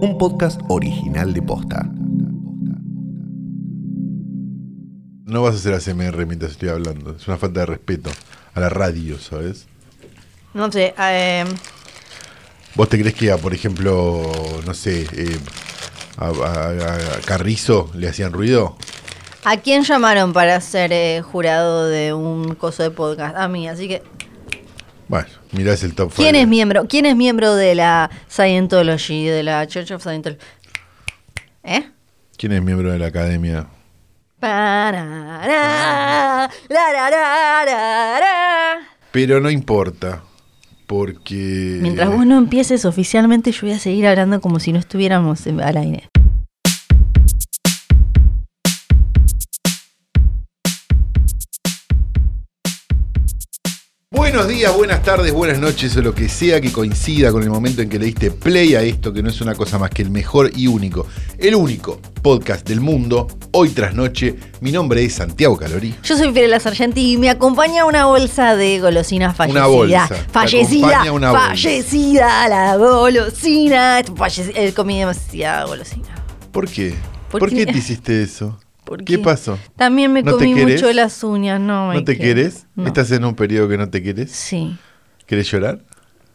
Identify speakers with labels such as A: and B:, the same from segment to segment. A: un podcast original de Posta.
B: No vas a hacer ASMR mientras estoy hablando. Es una falta de respeto a la radio, ¿sabes?
C: No sé, eh,
B: ¿Vos te crees que a, por ejemplo, no sé, eh, a, a- a Carrizo le hacían ruido?
C: ¿a quién llamaron para ser eh, jurado de un coso de podcast? A mí, así que...
B: Bueno, mirá, es el top
C: ¿Quién
B: five.
C: es miembro? ¿Quién es miembro de la Scientology, de la Church of Scientology? ¿Eh?
B: ¿Quién es miembro de la academia?
C: Parará, larararará.
B: Pero no importa, porque...
C: Mientras vos no empieces oficialmente, yo voy a seguir hablando como si no estuviéramos en- al aire.
B: Buenos días, buenas tardes, buenas noches o lo que sea que coincida con el momento en que le diste play a esto, que no es una cosa más que el mejor y único, el único podcast del mundo, hoy tras noche. Mi nombre es Santiago Calori.
C: Yo soy Fiorella Sargenti y me acompaña una bolsa de golosinas fallecida.
B: Una bolsa. Te
C: Fallecida.
B: acompaña una bolsa.
C: fallecida la golosina. Falleci- eh, comí demasiada golosina.
B: ¿Por qué?
C: ¿Por
B: ¿Por, qué?
C: qué?
B: te hiciste eso?
C: ¿Por
B: qué?
C: qué?
B: pasó?
C: También me
B: ¿No te
C: comí
B: querés?
C: mucho las uñas. No, me
B: ¿No te
C: quiero.
B: quieres?
C: No.
B: ¿Estás en un periodo que no te quieres?
C: Sí,
B: ¿Querés llorar?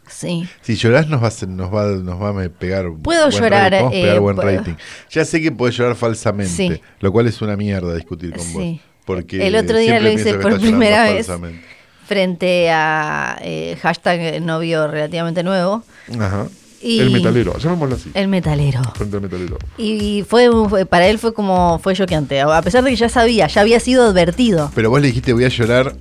C: sí.
B: Si llorás nos va a, hacer- nos va, nos va a me pegar un
C: Puedo
B: buen
C: llorar,
B: rating, podemos
C: eh,
B: pegar buen
C: puedo.
B: rating. Ya sé que podés llorar falsamente,
C: Sí.
B: lo cual es una mierda discutir con
C: Sí.
B: vos. Porque
C: El otro día
B: siempre
C: lo hice
B: pienso que
C: por
B: estás llorando
C: primera vez.
B: falsamente.
C: Frente a eh, hashtag novio relativamente nuevo,
B: Ajá.
C: Y-
D: El metalero, llamémoslo así.
C: el metalero.
D: Frente al metalero.
C: Y fue, fue- para él fue como fue choqueante, a pesar de que ya sabía, ya había sido advertido.
B: Pero vos le dijiste voy a llorar,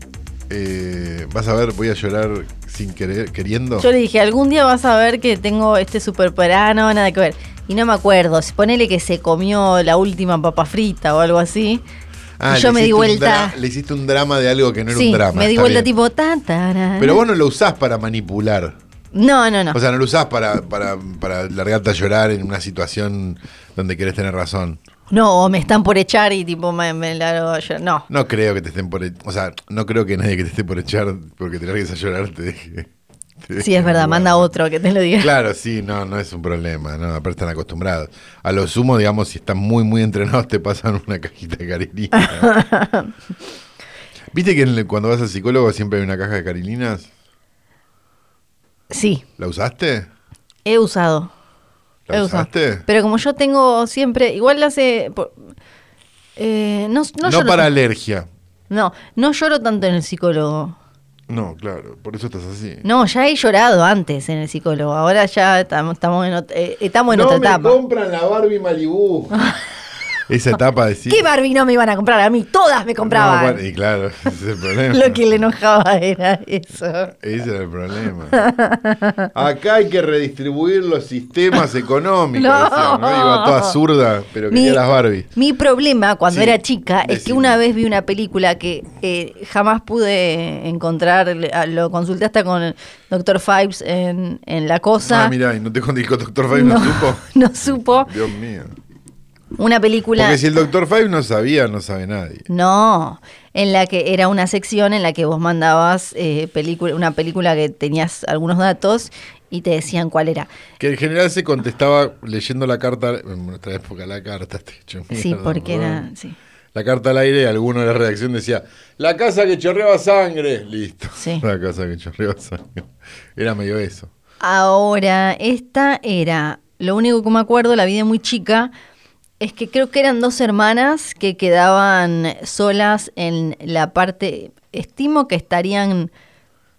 B: eh, vas a ver, voy a llorar sin querer, queriendo.
C: Yo le dije, algún día vas a ver que tengo este super no, nada que ver. Y no me acuerdo, si ponele que se comió la última papa frita o algo así.
B: Ah,
C: y yo
B: le
C: me di
B: hiciste un
C: vuelta.
B: dra- Le hiciste un drama de algo que no era
C: sí,
B: un drama.
C: me di
B: está
C: vuelta
B: bien.
C: tipo tan, tarán.
B: Pero vos no lo usás para manipular.
C: No, no, no.
B: O sea, no lo usás para, para, para largarte a llorar en una situación donde querés tener razón.
C: no, o me están por echar y tipo me, me largo yo. No.
B: No creo que te estén por e- O sea, no creo que nadie que te esté por echar porque te largues a llorar te deje. te
C: Sí,
B: deje
C: es verdad,
B: en
C: manda
B: lugar.
C: otro que te lo diga.
B: Claro, sí, no, no es un problema, no, aparte están acostumbrados. A lo sumo, digamos, si están muy, muy entrenados, te pasan una cajita de carilinas. ¿Viste que en el- cuando vas al psicólogo siempre hay una caja de carilinas?
C: Sí,
B: ¿La usaste?
C: he usado.
B: ¿La
C: he usado.
B: usaste?
C: Pero como yo tengo siempre, igual la hace... por- eh, no, no,
B: No,
C: lloro
B: para
C: tan-
B: alergia.
C: no, no lloro tanto en el psicólogo.
D: No, claro, por eso estás así.
C: No, ya he llorado antes en el psicólogo. Ahora ya estamos, estamos en, ot- eh, estamos en otra etapa.
B: compran la Barbie Malibu. Esa etapa de sí.
C: ¿Qué Barbie no me iban a comprar a mí? Todas me
B: No,
C: compraban.
B: bueno, y claro, ese es el problema.
C: Lo que le enojaba era eso.
B: Ese era el problema. Acá hay que redistribuir los sistemas económicos.
C: No.
B: decían, ¿no? Iba toda zurda, pero
C: Mi-
B: quería las Barbie.
C: Mi problema cuando
B: Sí,
C: era chica es que
B: decime.
C: una vez vi una película que eh, jamás pude encontrar, le- ah, lo consulté hasta con el doctor Fives en, en La Cosa.
B: ah, mirá, y no te dijo Doctor Five, no, supo.
C: no supo.
B: Dios mío.
C: Una película...
B: Porque si el Doctor Five no sabía, no sabe nadie.
C: No, en la que era una sección en la que vos mandabas eh, película, una película que tenías algunos datos y te decían cuál era.
B: Que en general se contestaba leyendo la carta. En nuestra época, la carta, te he hecho
C: Sí,
B: mierda,
C: porque
B: perdón.
C: era. Sí,
B: La carta al aire, alguno de la redacción decía, la casa que chorreaba sangre. Listo.
C: sí.
B: La casa que chorreaba sangre. Era medio eso.
C: Ahora, esta era. Lo único que me acuerdo, la vi de muy chica, es que creo que eran dos hermanas que quedaban solas en la parte. Estimo que estarían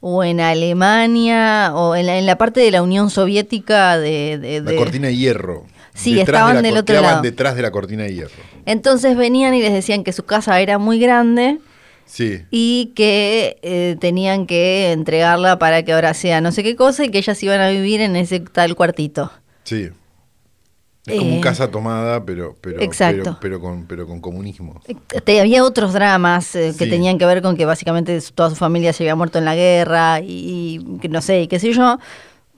C: o en Alemania o en la, en la parte de la Unión Soviética de. de-
B: La
C: de-
B: cortina de hierro.
C: Sí,
B: Detrás de
C: estaban
B: la
C: del
B: cor-
C: otro
B: quedaban
C: lado.
B: detrás de la cortina de hierro.
C: Entonces venían y les decían que su casa era muy grande
B: Sí.
C: y que eh, tenían que entregarla para que ahora sea no sé qué cosa y que ellas iban a vivir en ese tal cuartito.
B: Sí. Es como
C: Eh,
B: un casa tomada, pero, pero,
C: exacto.
B: pero, pero con, pero con comunismo.
C: Te- había otros dramas eh, que
B: Sí.
C: tenían que ver con que básicamente su- toda su familia se había muerto en la guerra y, y que no sé, y qué sé yo.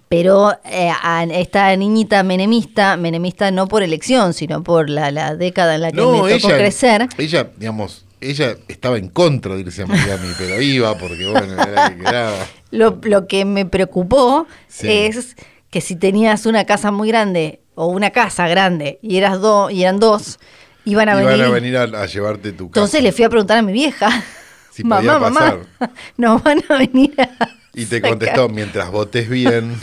C: Pero eh, a esta niñita menemista, menemista no por elección, sino por la, la década en la que le tocó crecer.
B: ella, digamos, ella estaba en contra de irse a Miami, pero iba porque, bueno, era la que quedaba.
C: Lo, lo que me preocupó
B: Sí.
C: es que si tenías una casa muy grande o una casa grande y eras dos y eran dos, iban a
B: Y
C: venir.
B: van a venir a, a llevarte tu casa.
C: Entonces le fui a preguntar a mi vieja.
B: Si podía pasar".
C: mamá, nos van a venir a
B: y te
C: sacar".
B: contestó, mientras votes bien,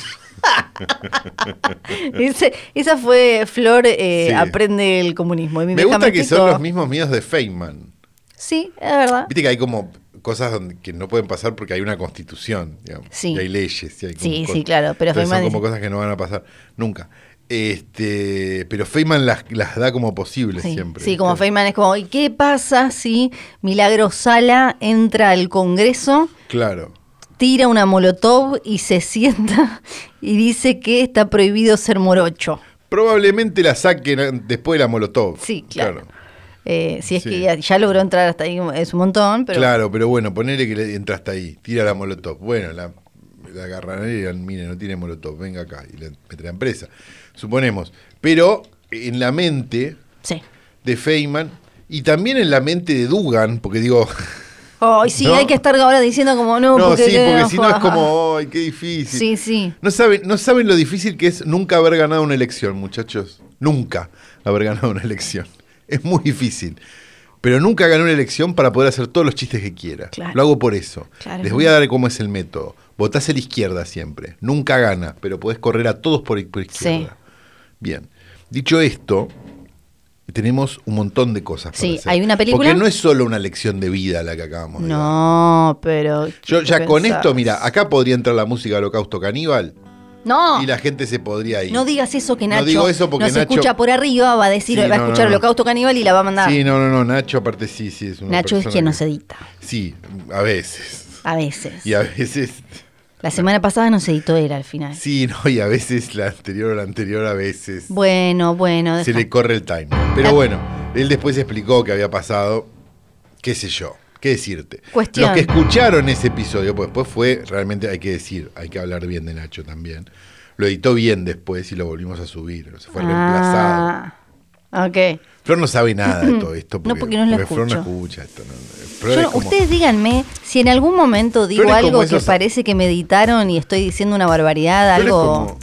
C: Ese- esa fue Flor eh,
B: Sí.
C: aprende el comunismo. Y mi
B: me
C: vieja
B: gusta que
C: explicó-
B: son los mismos míos de Feynman.
C: Sí, es verdad.
B: Viste que hay como cosas donde- que no pueden pasar porque hay una constitución, digamos.
C: Sí.
B: Y hay leyes. y hay como
C: Sí,
B: cosas.
C: sí, claro, pero
B: Entonces
C: Feynman
B: son como
C: dice-
B: cosas que no van a pasar nunca. Este, pero Feynman las, las da como posibles
C: Sí,
B: siempre.
C: sí, como
B: ¿viste?
C: Feynman es como, ¿y qué pasa si Milagro Sala entra al Congreso,
B: Claro.
C: tira una molotov y se sienta y dice que está prohibido ser morocho?
B: Probablemente la saquen eh, después de la Molotov.
C: Sí, claro. Eh, si es que ya,
B: Sí.
C: ya logró entrar hasta ahí, es un montón, pero
B: Claro, pero bueno, ponele que le entra hasta ahí, tira la molotov. Bueno, la, la agarran y dirán, mire, no tiene molotov, venga acá. Y le meterán presa, suponemos. Pero en la mente
C: sí.
B: de Feynman y también en la mente de Dugan, porque digo,
C: Ay, sí,
B: No.
C: hay que estar ahora diciendo como, no,
B: no,
C: porque,
B: sí, porque si no es
C: ajá.
B: como, ay, qué difícil.
C: Sí, sí.
B: No saben, no saben lo difícil que es nunca haber ganado una elección, muchachos. Nunca haber ganado una elección. Es muy difícil. Pero nunca gané una elección para poder hacer todos los chistes que quiera.
C: Claro.
B: Lo hago por eso.
C: Claro.
B: Les voy a dar cómo es el método. Votás a la izquierda siempre. Nunca gana, pero podés correr a todos por, por izquierda. Bien. Dicho esto, tenemos un montón de cosas. para
C: Sí,
B: hacer.
C: hay una película-
B: Porque no es solo una lección de vida la que acabamos de dar.
C: No, pero.
B: Yo
C: ¿qué
B: ya con
C: pensás?
B: esto, mira, acá podría entrar la música de Holocausto Caníbal
C: No,
B: y la gente se podría ir.
C: no digas eso que
B: No
C: Nacho.
B: digo eso porque
C: nos
B: Nacho-
C: escucha por arriba, va a decir,
B: Sí,
C: va a
B: no,
C: escuchar
B: no, no.
C: Holocausto Caníbal y la va a mandar.
B: Sí, no, no, no, Nacho aparte sí, sí es una
C: Nacho es
B: persona
C: quien
B: que-
C: nos edita,
B: Sí, a veces.
C: a veces.
B: Y a veces
C: La semana pasada nos editó él al final.
B: sí, no, y a veces la anterior o la anterior a veces
C: Bueno, bueno.
B: se
C: deja.
B: le corre el time. Pero bueno, él después explicó que había pasado, qué sé yo, qué decirte.
C: Cuestión.
B: Los que escucharon ese episodio, pues después fue, realmente hay que decir, hay que hablar bien de Nacho también. Lo editó bien después y lo volvimos a subir, se fue reemplazado.
C: Ah, ok.
B: Flor no sabe nada de todo esto.
C: No,
B: Porque,
C: porque no la
B: Flor no
C: escucho.
B: escucha esto. no, no. Flor
C: Yo
B: es
C: no-
B: como-
C: Ustedes díganme si en algún momento digo
B: Flor es
C: algo
B: como
C: que
B: esos-
C: parece que me editaron y estoy diciendo una
B: Flor
C: barbaridad,
B: es
C: algo.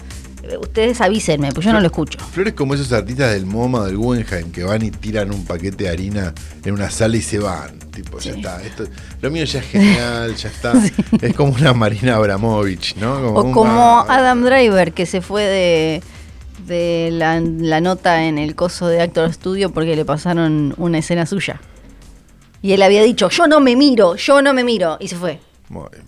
C: eh, Ustedes avísenme, pues yo no lo escucho.
B: Flor es como esos artistas del MoMA o del Guggenheim que van y tiran un paquete de harina en una sala y se van. Tipo, ya está. Esto, lo mío ya es genial, ya está. Es como una Marina Abramovich, ¿no?
C: O
B: un-
C: como
B: ah,
C: Adam Driver, que se fue de, de la, la nota en el coso de Actor Studio porque le pasaron una escena suya. Y él había dicho, yo no me miro, yo no me miro. Y se fue.
B: Muy- pf,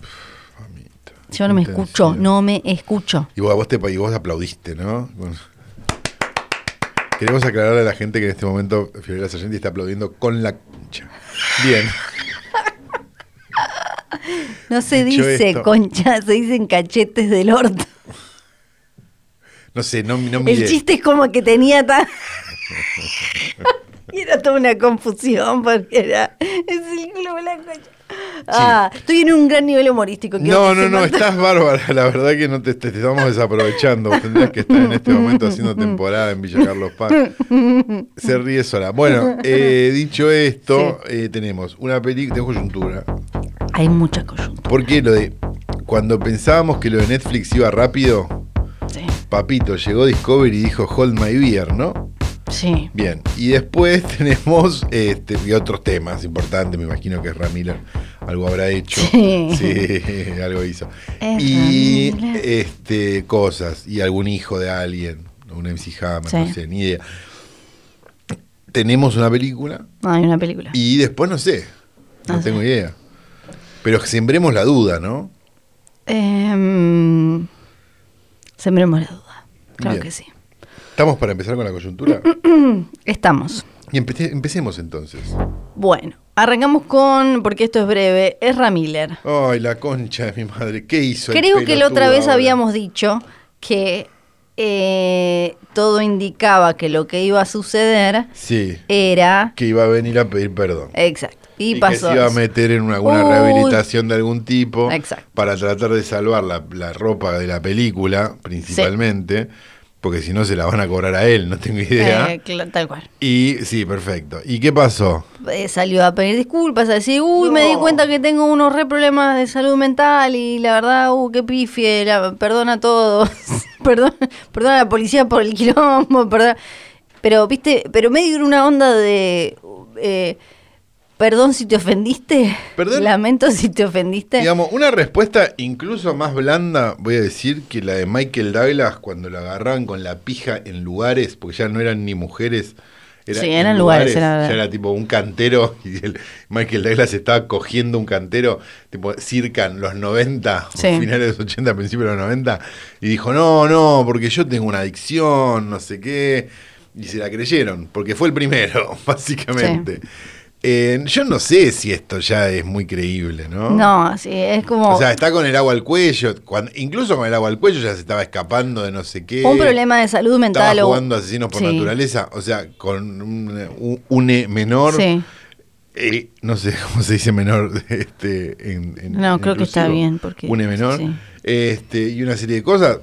B: mamita.
C: Yo no me
B: Intensivo.
C: escucho, no me escucho.
B: Y vos, a vos te, y vos aplaudiste, ¿no? Bueno. Queremos aclararle a la gente que en este momento Fiorella Sargenti está aplaudiendo con la concha. Bien.
C: No se
B: Dicho
C: dice
B: esto.
C: concha, se dicen cachetes del orto.
B: No sé, no, no
C: El
B: miré.
C: chiste es como que tenía tan... y era toda una confusión porque era... Es el culo de la concha. Ah, estoy en un gran nivel humorístico. creo
B: No,
C: que
B: no,
C: se
B: no,
C: nota.
B: estás bárbara. La verdad que no te, te- te estamos desaprovechando. Vos tendrías que estar en este momento haciendo temporada en Villa Carlos Paz. Se ríe sola. Bueno, eh, dicho esto, eh, tenemos una película de coyuntura.
C: Hay mucha coyuntura.
B: Porque lo de. Cuando pensábamos que lo de Netflix iba rápido,
C: Sí.
B: Papito llegó Discovery y dijo Hold My Beer, ¿no?
C: Sí.
B: Bien. Y después tenemos este, y otros temas importantes. Me imagino que Ramírez algo habrá hecho.
C: Sí.
B: Sí, algo hizo.
C: Es
B: y
C: Ramírez.
B: este cosas y algún hijo de alguien, un MC Hammer,
C: Sí.
B: no sé, ni idea. Tenemos una película
C: No, hay una película.
B: y después no sé, no
C: No sé.
B: tengo idea. Pero sembremos la duda, ¿no?
C: Em, sembremos la duda. Claro
B: Bien.
C: que sí.
B: Estamos para empezar con la coyuntura.
C: Estamos.
B: Y empece- empecemos entonces.
C: Bueno, arrancamos con, porque esto es breve, es Miller.
B: Ay, la concha de mi madre, ¿qué hizo? el
C: Creo que la otra
B: pelotudo
C: vez
B: ahora?
C: habíamos dicho que eh, todo indicaba que lo que iba a suceder
B: Sí,
C: era...
B: que iba a venir a pedir perdón.
C: Exacto.
B: y
C: Y, pasó.
B: que se iba a
C: eso.
B: meter en una- alguna
C: Uy.
B: rehabilitación de algún tipo
C: Exacto.
B: para tratar de salvar la, la ropa de la película, principalmente. porque si no se la van a cobrar a él, no tengo idea.
C: Eh, cla- tal cual.
B: Y sí, perfecto. ¿Y qué pasó?
C: Eh, salió a pedir disculpas, a decir, uy, me di
D: No.
C: cuenta que tengo unos re problemas de salud mental y la verdad, uh, qué pifie, la- perdona a todos, perdón, perdona a la policía por el quilombo, perdón. Pero, viste, pero medio era una onda de, eh, perdón si te ofendiste,
B: Perdón.
C: lamento si te ofendiste.
B: Digamos, una respuesta incluso más blanda, voy a decir, que la de Michael Douglas cuando lo agarraban con la pija en lugares, porque ya no eran ni mujeres.
C: Sí,
B: en
C: eran lugares, era verdad.
B: ya era tipo un cantero y el- Michael Douglas estaba cogiendo un cantero, tipo circa en los 90, o
C: Sí.
B: finales de los 80, principios de los 90, y dijo, no, no, porque yo tengo una adicción, no sé qué, y se la creyeron, porque fue el primero, básicamente. Eh, yo no sé si esto ya es muy creíble, ¿no?
C: No, sí, es como
B: O sea, está con el agua al cuello. cuando- incluso con el agua al cuello ya se estaba escapando de no sé qué.
C: un problema de salud mental.
B: eh, Estaba
C: o-
B: jugando asesinos por
C: Sí,
B: naturaleza. O sea, con un, un- un E menor.
C: Sí,
B: Eh, no sé cómo se dice menor. Este, en, en-
C: No,
B: en
C: creo que está
B: inclusivo.
C: bien, porque-
B: Un E menor.
C: sí.
B: Este, y una serie de cosas.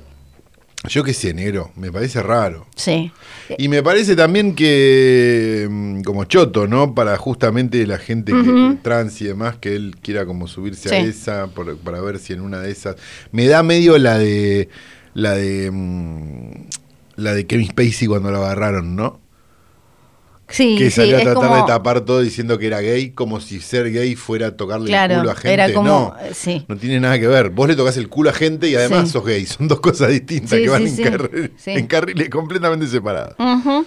B: Yo qué sé, negro. Me parece raro.
C: sí.
B: Y me parece también que mm, como choto, ¿no? Para justamente la gente que- trans y demás, que él quiera como subirse a
C: Sí.
B: esa, por- para ver si en una de esas. Me da medio la de. la de. mm, la de Kevin Spacey cuando lo agarraron, ¿no?
C: Sí,
B: que
C: sí,
B: salió a
C: es
B: tratar de
C: como-
B: tapar todo diciendo que era gay, como si ser gay fuera tocarle
C: Claro,
B: el culo a gente.
C: era como- eh,
B: no,
C: sí.
B: no tiene nada que ver. Vos le tocas el culo a gente y además
C: Sí.
B: sos gay. Son dos cosas distintas
C: Sí,
B: que van
C: sí,
B: en,
C: sí.
B: carril-
C: Sí.
B: en carriles completamente separadas.
C: Ujú.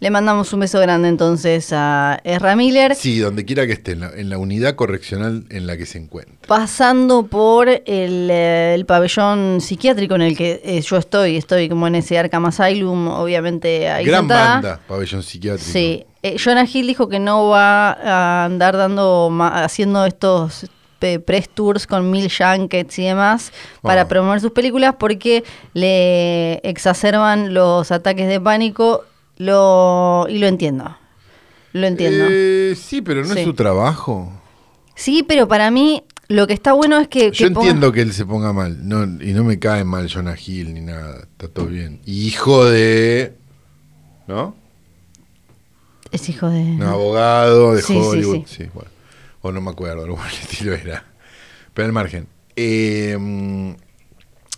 C: Le mandamos un beso grande entonces a Ezra Miller.
B: Sí, donde quiera que esté, en la, en la unidad correccional en la que se encuentra.
C: Pasando por el, eh, el pabellón psiquiátrico en el que eh, yo estoy, estoy como en ese Arkham Asylum, obviamente ahí
B: Gran
C: sentada.
B: banda, pabellón psiquiátrico.
C: Sí. Eh, Jonah Hill dijo que no va a andar dando ma- haciendo estos pe- press tours con mil junkets y demás para
B: Ah.
C: promover sus películas porque le exacerban los ataques de pánico lo, y lo entiendo. Lo entiendo.
B: Eh, sí, pero no
C: Sí.
B: es su trabajo.
C: Sí, pero para mí lo que está bueno es que...
B: Yo
C: que ponga-
B: entiendo que él se ponga mal, no, y no me cae mal Jonah Hill ni nada, está todo bien. Hijo de... ¿No?
C: Es hijo de...
B: Un abogado de
C: Sí, sí,
B: Hollywood.
C: sí.
B: Sí, bueno. O no me acuerdo, algo por el estilo era. Pero al margen. Eh, mm,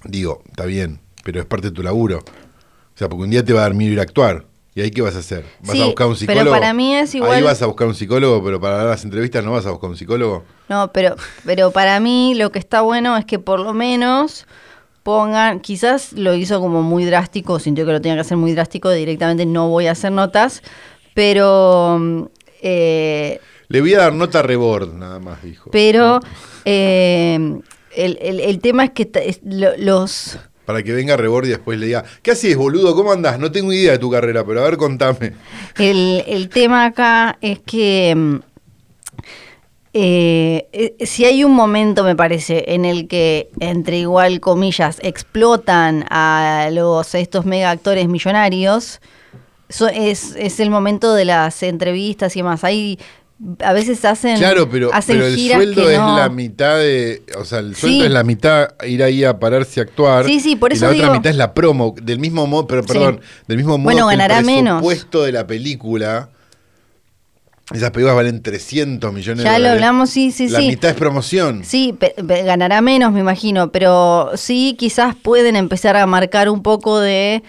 B: digo, está bien, pero es parte de tu laburo. O sea, porque un día te va a dar miedo ir a actuar. ¿Y ahí qué vas a hacer? ¿Vas
C: Sí,
B: a buscar un
C: pero
B: psicólogo?
C: para mí es igual-
B: Ahí vas a buscar un psicólogo, pero para dar las entrevistas no vas a buscar un psicólogo.
C: No, pero, pero para mí lo que está bueno es que por lo menos pongan, quizás lo hizo como muy drástico, sintió que lo tenía que hacer muy drástico, directamente no voy a hacer notas, pero, mm, eh,
B: Le voy a dar nota rebord, nada más, dijo.
C: pero eh, el, el- el tema es que ta- es lo- los...
B: Para que venga rebord y después le diga, ¿qué haces, boludo? ¿Cómo andás? No tengo idea de tu carrera, pero a ver, contame.
C: El, el tema acá es que mm, eh, eh, si hay un momento, me parece, en el que, entre igual comillas, explotan a los estos mega actores millonarios, so- es, es el momento de las entrevistas y demás. Ahí a veces hacen,
B: Claro, pero,
C: hacen
B: pero el
C: giras
B: sueldo
C: que
B: es
C: no-
B: la mitad de. O sea, el
C: Sí.
B: sueldo es la mitad ir ahí a pararse a actuar.
C: Sí, sí, por
B: y
C: eso
B: la
C: digo-
B: otra mitad es la promo. Del mismo modo, pero
C: Sí.
B: perdón, del mismo modo
C: Bueno,
B: que el
C: ganará menos.
B: presupuesto de la película. Esas películas valen 300 millones
C: Ya
B: de
C: lo
B: dólares.
C: hablamos, sí, sí,
B: la
C: sí.
B: La mitad es promoción.
C: Sí, pe- pe- ganará menos, me imagino, pero sí, quizás pueden empezar a marcar un poco de,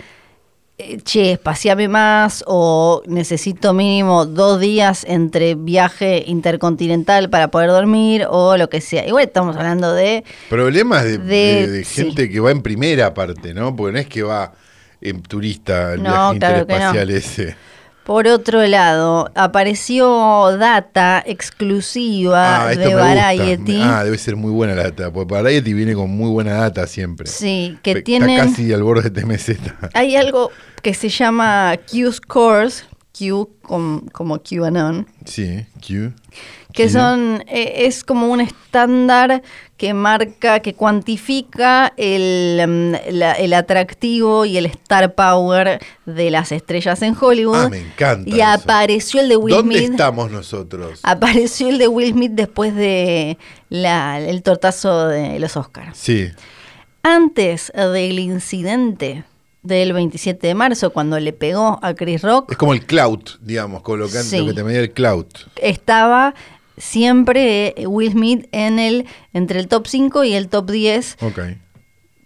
C: eh, che, espaciame más o necesito mínimo dos días entre viaje intercontinental para poder dormir o lo que sea. Igual estamos hablando de...
B: Problemas de,
C: De-
B: de- de
C: sí.
B: gente que va en primera parte, ¿no? Porque no es que va en turista el
C: No,
B: viaje
C: claro que no.
B: interespacial ese.
C: Por otro lado, apareció data exclusiva
B: Ah, esto
C: de
B: me gusta.
C: Variety.
B: Ah, debe ser muy buena la data. Porque Variety viene con muy buena data siempre.
C: sí, que
B: Pe-
C: tienen...
B: Está casi al borde de TMZ.
C: Hay algo que se llama Q Scores, Q com- como QAnon,
B: Sí, Q.
C: que
B: Q.
C: son eh, es como un estándar que marca, que cuantifica el, mm, la- el atractivo y el star power de las estrellas en Hollywood.
B: Ah, me encanta
C: Y
B: eso.
C: apareció el de Will
B: ¿Dónde
C: Smith.
B: estamos nosotros?
C: Apareció el de Will Smith después de la- el tortazo de los Oscars.
B: Sí.
C: Antes del incidente del 27 de marzo, cuando le pegó a Chris Rock,
B: Es como el clout, digamos, colocando
C: Sí.
B: lo que te medía el clout.
C: estaba siempre eh, Will Smith en el, entre el top 5 y el top 10,
B: Ok.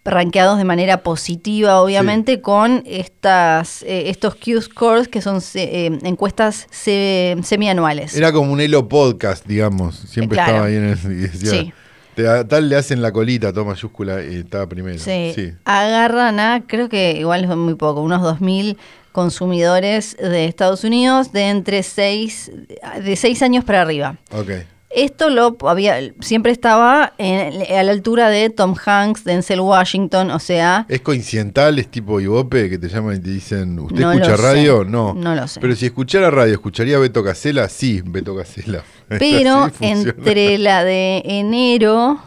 C: rankeados de manera positiva, obviamente, con estas, eh, estos Q-Scores, que son se- eh, encuestas se- semianuales.
B: Era como un elo podcast, digamos. Siempre
C: Claro.
B: estaba ahí en el. y decía,
C: Sí.
B: te da- tal le hacen la colita, todo mayúscula, y estaba primero.
C: se
B: sí.
C: agarran a, creo que igual son muy poco, unos 2.000 consumidores de Estados Unidos de entre 6, de 6 años para arriba.
B: Ok.
C: Esto lo había, siempre estaba en- a la altura de Tom Hanks, Denzel Washington, o sea,
B: ¿Es coincidental? ¿Es tipo Ibope que te llaman y te dicen, ¿usted
C: No
B: escucha
C: lo sé.
B: radio? No.
C: No lo sé.
B: Pero si escuchara radio, ¿escucharía a Beto Casela? Sí, Beto Casela.
C: pero
B: Así funciona.
C: entre la de enero,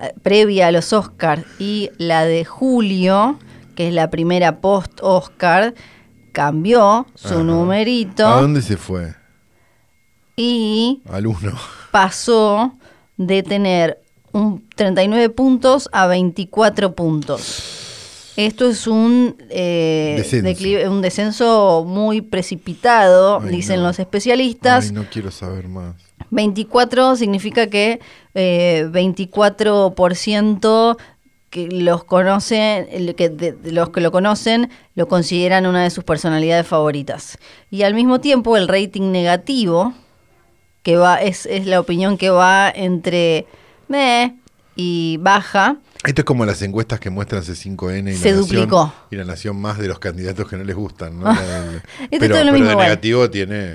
C: eh, previa a los Oscars, y la de julio, que es la primera post-Oscar, cambió su
B: Ajá.
C: numerito
B: ¿A dónde se fue?
C: y
B: Al uno.
C: pasó de tener un 39 puntos a 24 puntos. Esto es un, eh,
B: Descenso.
C: declive- un descenso muy precipitado,
B: Ay,
C: dicen
B: no.
C: los especialistas.
B: Ay, no quiero saber más.
C: 24 significa que eh, 24% que los conocen, el que de- de los que lo conocen lo consideran una de sus personalidades favoritas. Y al mismo tiempo el rating negativo, que va, es, es la opinión que va entre meh y baja,
B: Esto es como las encuestas que muestran C5N y,
C: Se
B: la,
C: duplicó.
B: Nación, y la Nación más de los candidatos que no les gustan. ¿no? La del-
C: Esto es
B: pero
C: todo lo
B: pero
C: mismo
B: de
C: igual.
B: negativo tiene...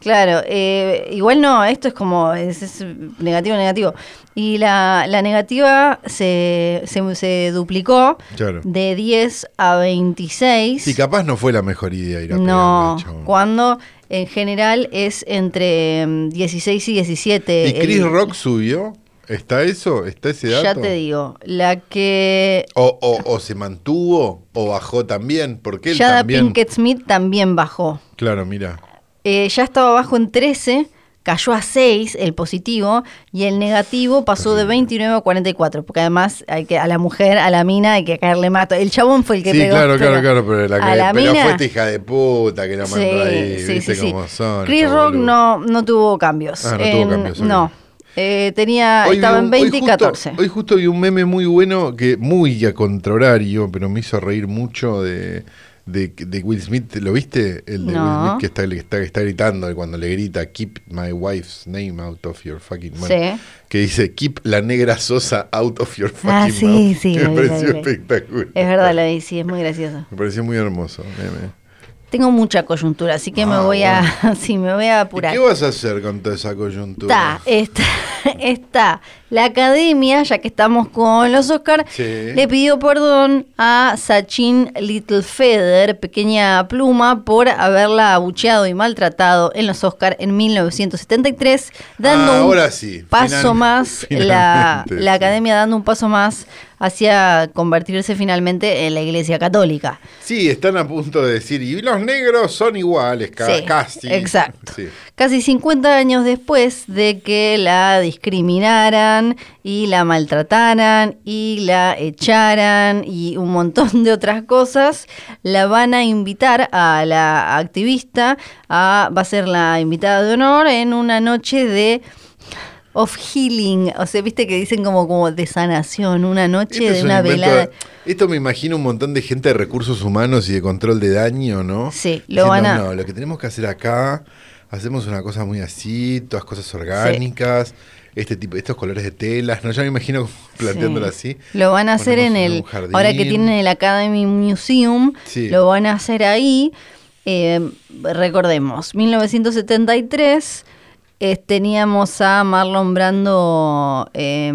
C: Claro, eh, igual no, esto es como, es, es negativo, negativo. Y la, la negativa se, se, se duplicó
B: Claro.
C: de 10 a 26.
B: Sí, capaz no fue la mejor idea ir a
C: no,
B: pegarle, chabón.
C: cuando en general es entre mm, 16 y 17.
B: ¿Y Chris
C: el-
B: Rock subió? ¿Está eso? ¿Está ese dato?
C: Ya te digo, la que
B: O, o- o se mantuvo o bajó también, porque él
C: Jada
B: también.
C: Pinkett Smith también bajó.
B: Claro, mira.
C: Eh, ya estaba abajo en 13, cayó a 6 el positivo y el negativo pasó de 29 a 44, porque además hay que a la mujer, a la mina hay que caerle mato. El chabón fue el que
B: Sí,
C: pegó.
B: claro, claro,
C: pero
B: claro, pero la que
C: a la
B: pero
C: mina-
B: fue esta hija de puta que la mandó
C: Sí,
B: ahí,
C: sí,
B: viste
C: sí, sí.
B: cómo son.
C: Chris
B: estos
C: Rock
B: boludos.
C: no, no tuvo cambios. Em,
B: Ah, no tuvo cambios, ok.
C: no. Eh, tenía,
B: Hoy vi
C: estaba
B: un-
C: en 20
B: hoy
C: y
B: justo-
C: 14.
B: Hoy justo vi un meme muy bueno, que muy a contrahorario, pero me hizo reír mucho de, de- de Will Smith. ¿Lo viste? El de
C: No.
B: Will Smith que está, que está, que está gritando cuando le grita, Keep my wife's name out of your fucking mouth.
C: Sí.
B: Que dice, Keep la negra sosa out of your fucking
C: Ah, sí,
B: mouth.
C: sí,
B: me
C: lo vi, lo
B: pareció
C: vi.
B: espectacular.
C: Es verdad, la vi, sí, es muy gracioso.
B: Me pareció muy hermoso. meme.
C: Tengo mucha coyuntura, así que me
B: Ah,
C: voy a, sí, me voy a
B: ¿Y
C: apurar.
B: qué vas a hacer con toda esa coyuntura?
C: Está, está, está. La academia, ya que estamos con los Oscars,
B: Sí.
C: le pidió perdón a Sachin Little Feather, pequeña pluma, por haberla abucheado y maltratado en los Oscars en 1973, dando
B: Ah,
C: un
B: ahora sí,
C: paso
B: final-
C: más, la,
B: finalmente,
C: la
B: sí.
C: academia dando un paso más hacia convertirse finalmente en la Iglesia Católica.
B: Sí, están a punto de decir, y los negros son iguales, ca-
C: Sí,
B: casi.
C: Exacto.
B: Sí.
C: Casi 50 años después de que la discriminaran y la maltrataran y la echaran y un montón de otras cosas, la van a invitar a la activista, a, va a ser la invitada de honor en una noche de of healing, o sea, viste que dicen como, como de sanación, una
B: Esto
C: noche
B: Este es
C: de
B: un
C: una
B: invento-
C: velada.
B: Esto me imagino un montón de gente de recursos humanos y de control de daño, ¿no?
C: Sí, lo van a-
B: No, lo que tenemos que hacer acá, hacemos una cosa muy así, todas cosas orgánicas, este tipo, estos colores de telas, ¿no? Ya me imagino como planteándolo así.
C: Sí. Lo van a hacer en
B: Ponemos
C: el.
B: un jardín.
C: Ahora que tienen el Academy Museum,
B: Sí.
C: lo van a hacer ahí. Eh, recordemos, 1973. eh, teníamos a Marlon Brando eh,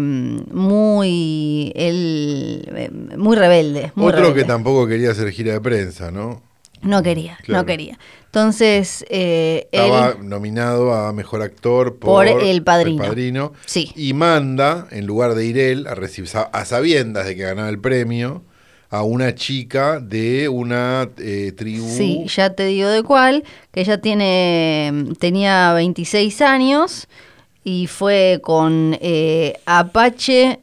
C: muy el, eh, muy rebelde. muy
B: Otro
C: rebelde.
B: que tampoco quería hacer gira de prensa, ¿no?
C: No quería,
B: Claro.
C: no quería. Entonces, eh, él-
B: Estaba nominado a mejor actor
C: Por
B: por,
C: El Padrino. Sí.
B: Sí. Y manda, en lugar de ir él, a, recibir, a sabiendas de que ganaba el premio, a una chica de una eh, tribu.
C: Sí, ya te digo de cuál, que ella tiene, tenía 26 años y fue con eh, Apache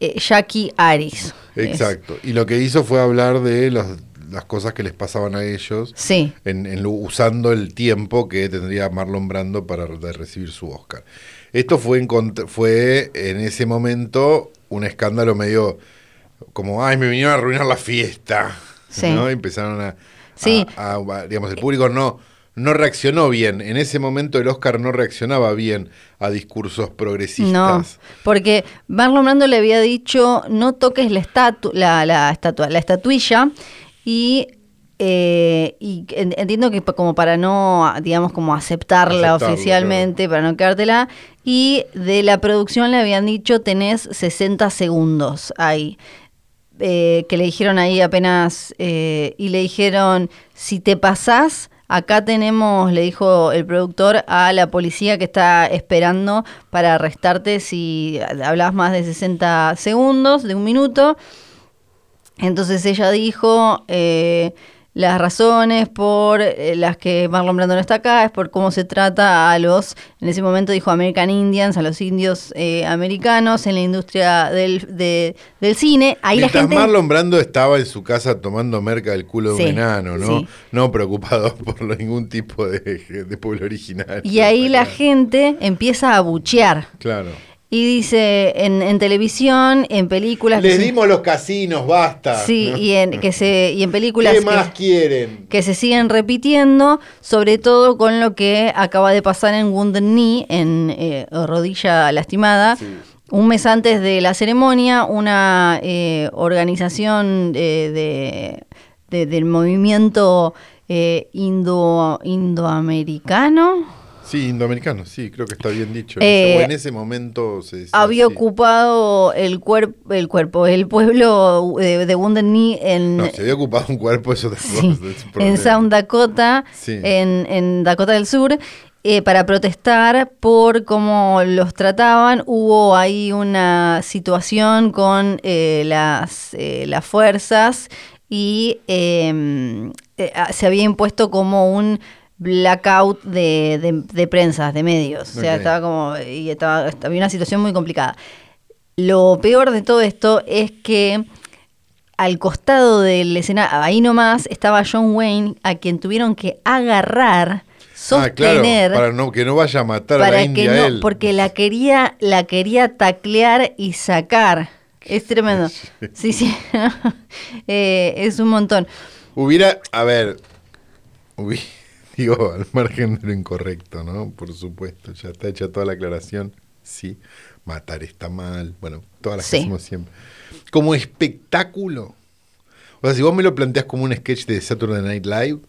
C: eh, Jackie Aris.
B: Exacto. Y lo que hizo fue hablar de los las cosas que les pasaban a ellos,
C: Sí.
B: en, en lo- usando el tiempo que tendría Marlon Brando para re- de recibir su Oscar. Esto fue en, cont- fue en ese momento un escándalo medio como, ay, me vinieron a arruinar la fiesta.
C: Sí.
B: ¿no? Empezaron a,
C: Sí.
B: a- a- a- digamos, el público no, no reaccionó bien. En ese momento el Oscar no reaccionaba bien a discursos progresistas.
C: No, porque Marlon Brando le había dicho no toques la estatu la, la estatua, la estatuilla y eh, y en- entiendo que pa- como para no, digamos, como aceptarla
B: Aceptarlo,
C: oficialmente, para no quedártela, y de la producción le habían dicho tenés 60 segundos ahí, eh, que le dijeron ahí apenas, eh, y le dijeron, si te pasás, acá tenemos, le dijo el productor, a la policía que está esperando para arrestarte si hablas más de 60 segundos, de un minuto, entonces ella dijo eh, las razones por eh, las que Marlon Brando no está acá es por cómo se trata a los, en ese momento dijo American Indians, a los indios eh, americanos en la industria del, de- del cine. Ahí
B: Mientras
C: la gente...
B: Marlon Brando estaba en su casa tomando merca del culo de
C: Sí,
B: un enano, ¿no?
C: sí.
B: No preocupado por lo- ningún tipo de, de pueblo original.
C: Y ahí la gente empieza a buchear.
B: Claro.
C: Y dice en, en televisión, en películas... que
B: Les
C: se-
B: dimos los casinos, basta.
C: Sí,
B: ¿no?
C: y en, que se, y en películas...
B: ¿Qué
C: que-
B: más quieren?
C: que se siguen repitiendo, sobre todo con lo que acaba de pasar en Wounded Knee, en eh, rodilla lastimada. Un mes antes de la ceremonia, una eh, organización eh, de, de- del movimiento eh, indo, indoamericano
B: Sí, indoamericano, sí, creo que está bien dicho.
C: Eh,
B: O en ese momento se decía
C: había
B: así.
C: ocupado el, cuerpo el cuerpo, el pueblo eh, de, de Wounded Knee en,
B: No, se había ocupado un cuerpo, eso
C: Sí,
B: tampoco es un problema.
C: en South Dakota,
B: Sí.
C: en, en Dakota del Sur, eh, para protestar por cómo los trataban. Hubo ahí una situación con eh, las, eh, las fuerzas y eh, eh, ah, se había impuesto como un blackout de, de, de prensas, de medios. O sea,
B: Ok.
C: estaba como. Y estaba, había una situación muy complicada. Lo peor de todo esto es que al costado del escenario, ahí nomás, estaba John Wayne, a quien tuvieron que agarrar,
B: Ah, claro,
C: sostener,
B: para no, que no vaya a matar a la
C: para que
B: India
C: no,
B: él.
C: porque la quería, la quería taclear y sacar. Es tremendo. Sí, sí. Eh, es un montón.
B: Hubiera, a ver, hubi- digo, al margen de lo incorrecto, ¿no? Por supuesto, ya está hecha toda la aclaración. Sí, matar está mal, bueno, todas las que
C: Sí.
B: hacemos siempre. Como espectáculo. O sea, si vos me lo planteás como un sketch de Saturday Night Live,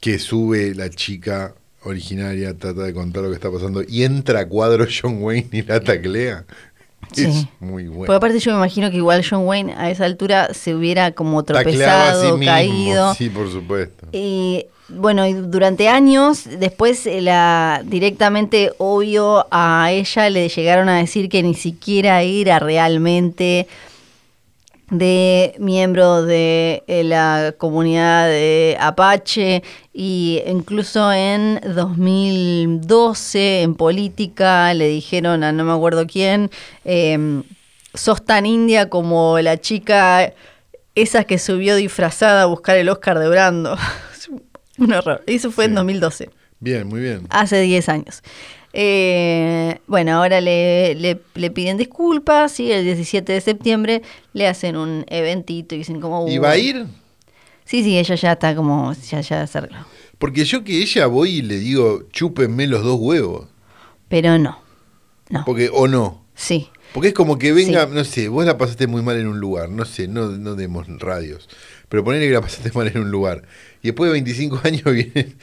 B: que sube la chica originaria, trata de contar lo que está pasando, y entra a cuadro John Wayne y la taclea, es
C: Sí.
B: muy bueno.
C: Porque aparte yo me imagino que igual John Wayne a esa altura se hubiera como
B: Tacleaba a sí
C: tropezado,
B: mismo,
C: caído.
B: Sí, por supuesto.
C: Eh, bueno, y durante años, después eh, la directamente, obvio, a ella le llegaron a decir que ni siquiera era realmente de miembro de eh, la comunidad de Apache y incluso en 2012 en política le dijeron a no me acuerdo quién, eh, sos tan india como la chica esa que subió disfrazada a buscar el Oscar de Brando. Es Un horror. Eso fue en
B: Sí.
C: 2012.
B: Bien, muy bien.
C: Hace 10 años. Eh, bueno, ahora le, le- le piden disculpas y el 17 de septiembre le hacen un eventito y dicen como...
B: ¿Y
C: "Uy".
B: va a ir?
C: Sí, sí, ella ya está como... Ya, ya se arregló.
B: Porque yo que ella voy y le digo, chúpenme los dos huevos.
C: Pero no. No.
B: Porque, o no.
C: Sí.
B: Porque es como que venga, no sé, vos la pasaste muy mal en un lugar, no sé, no, no demos radios. Pero ponele que la pasaste mal en un lugar. Y después de 25 años viene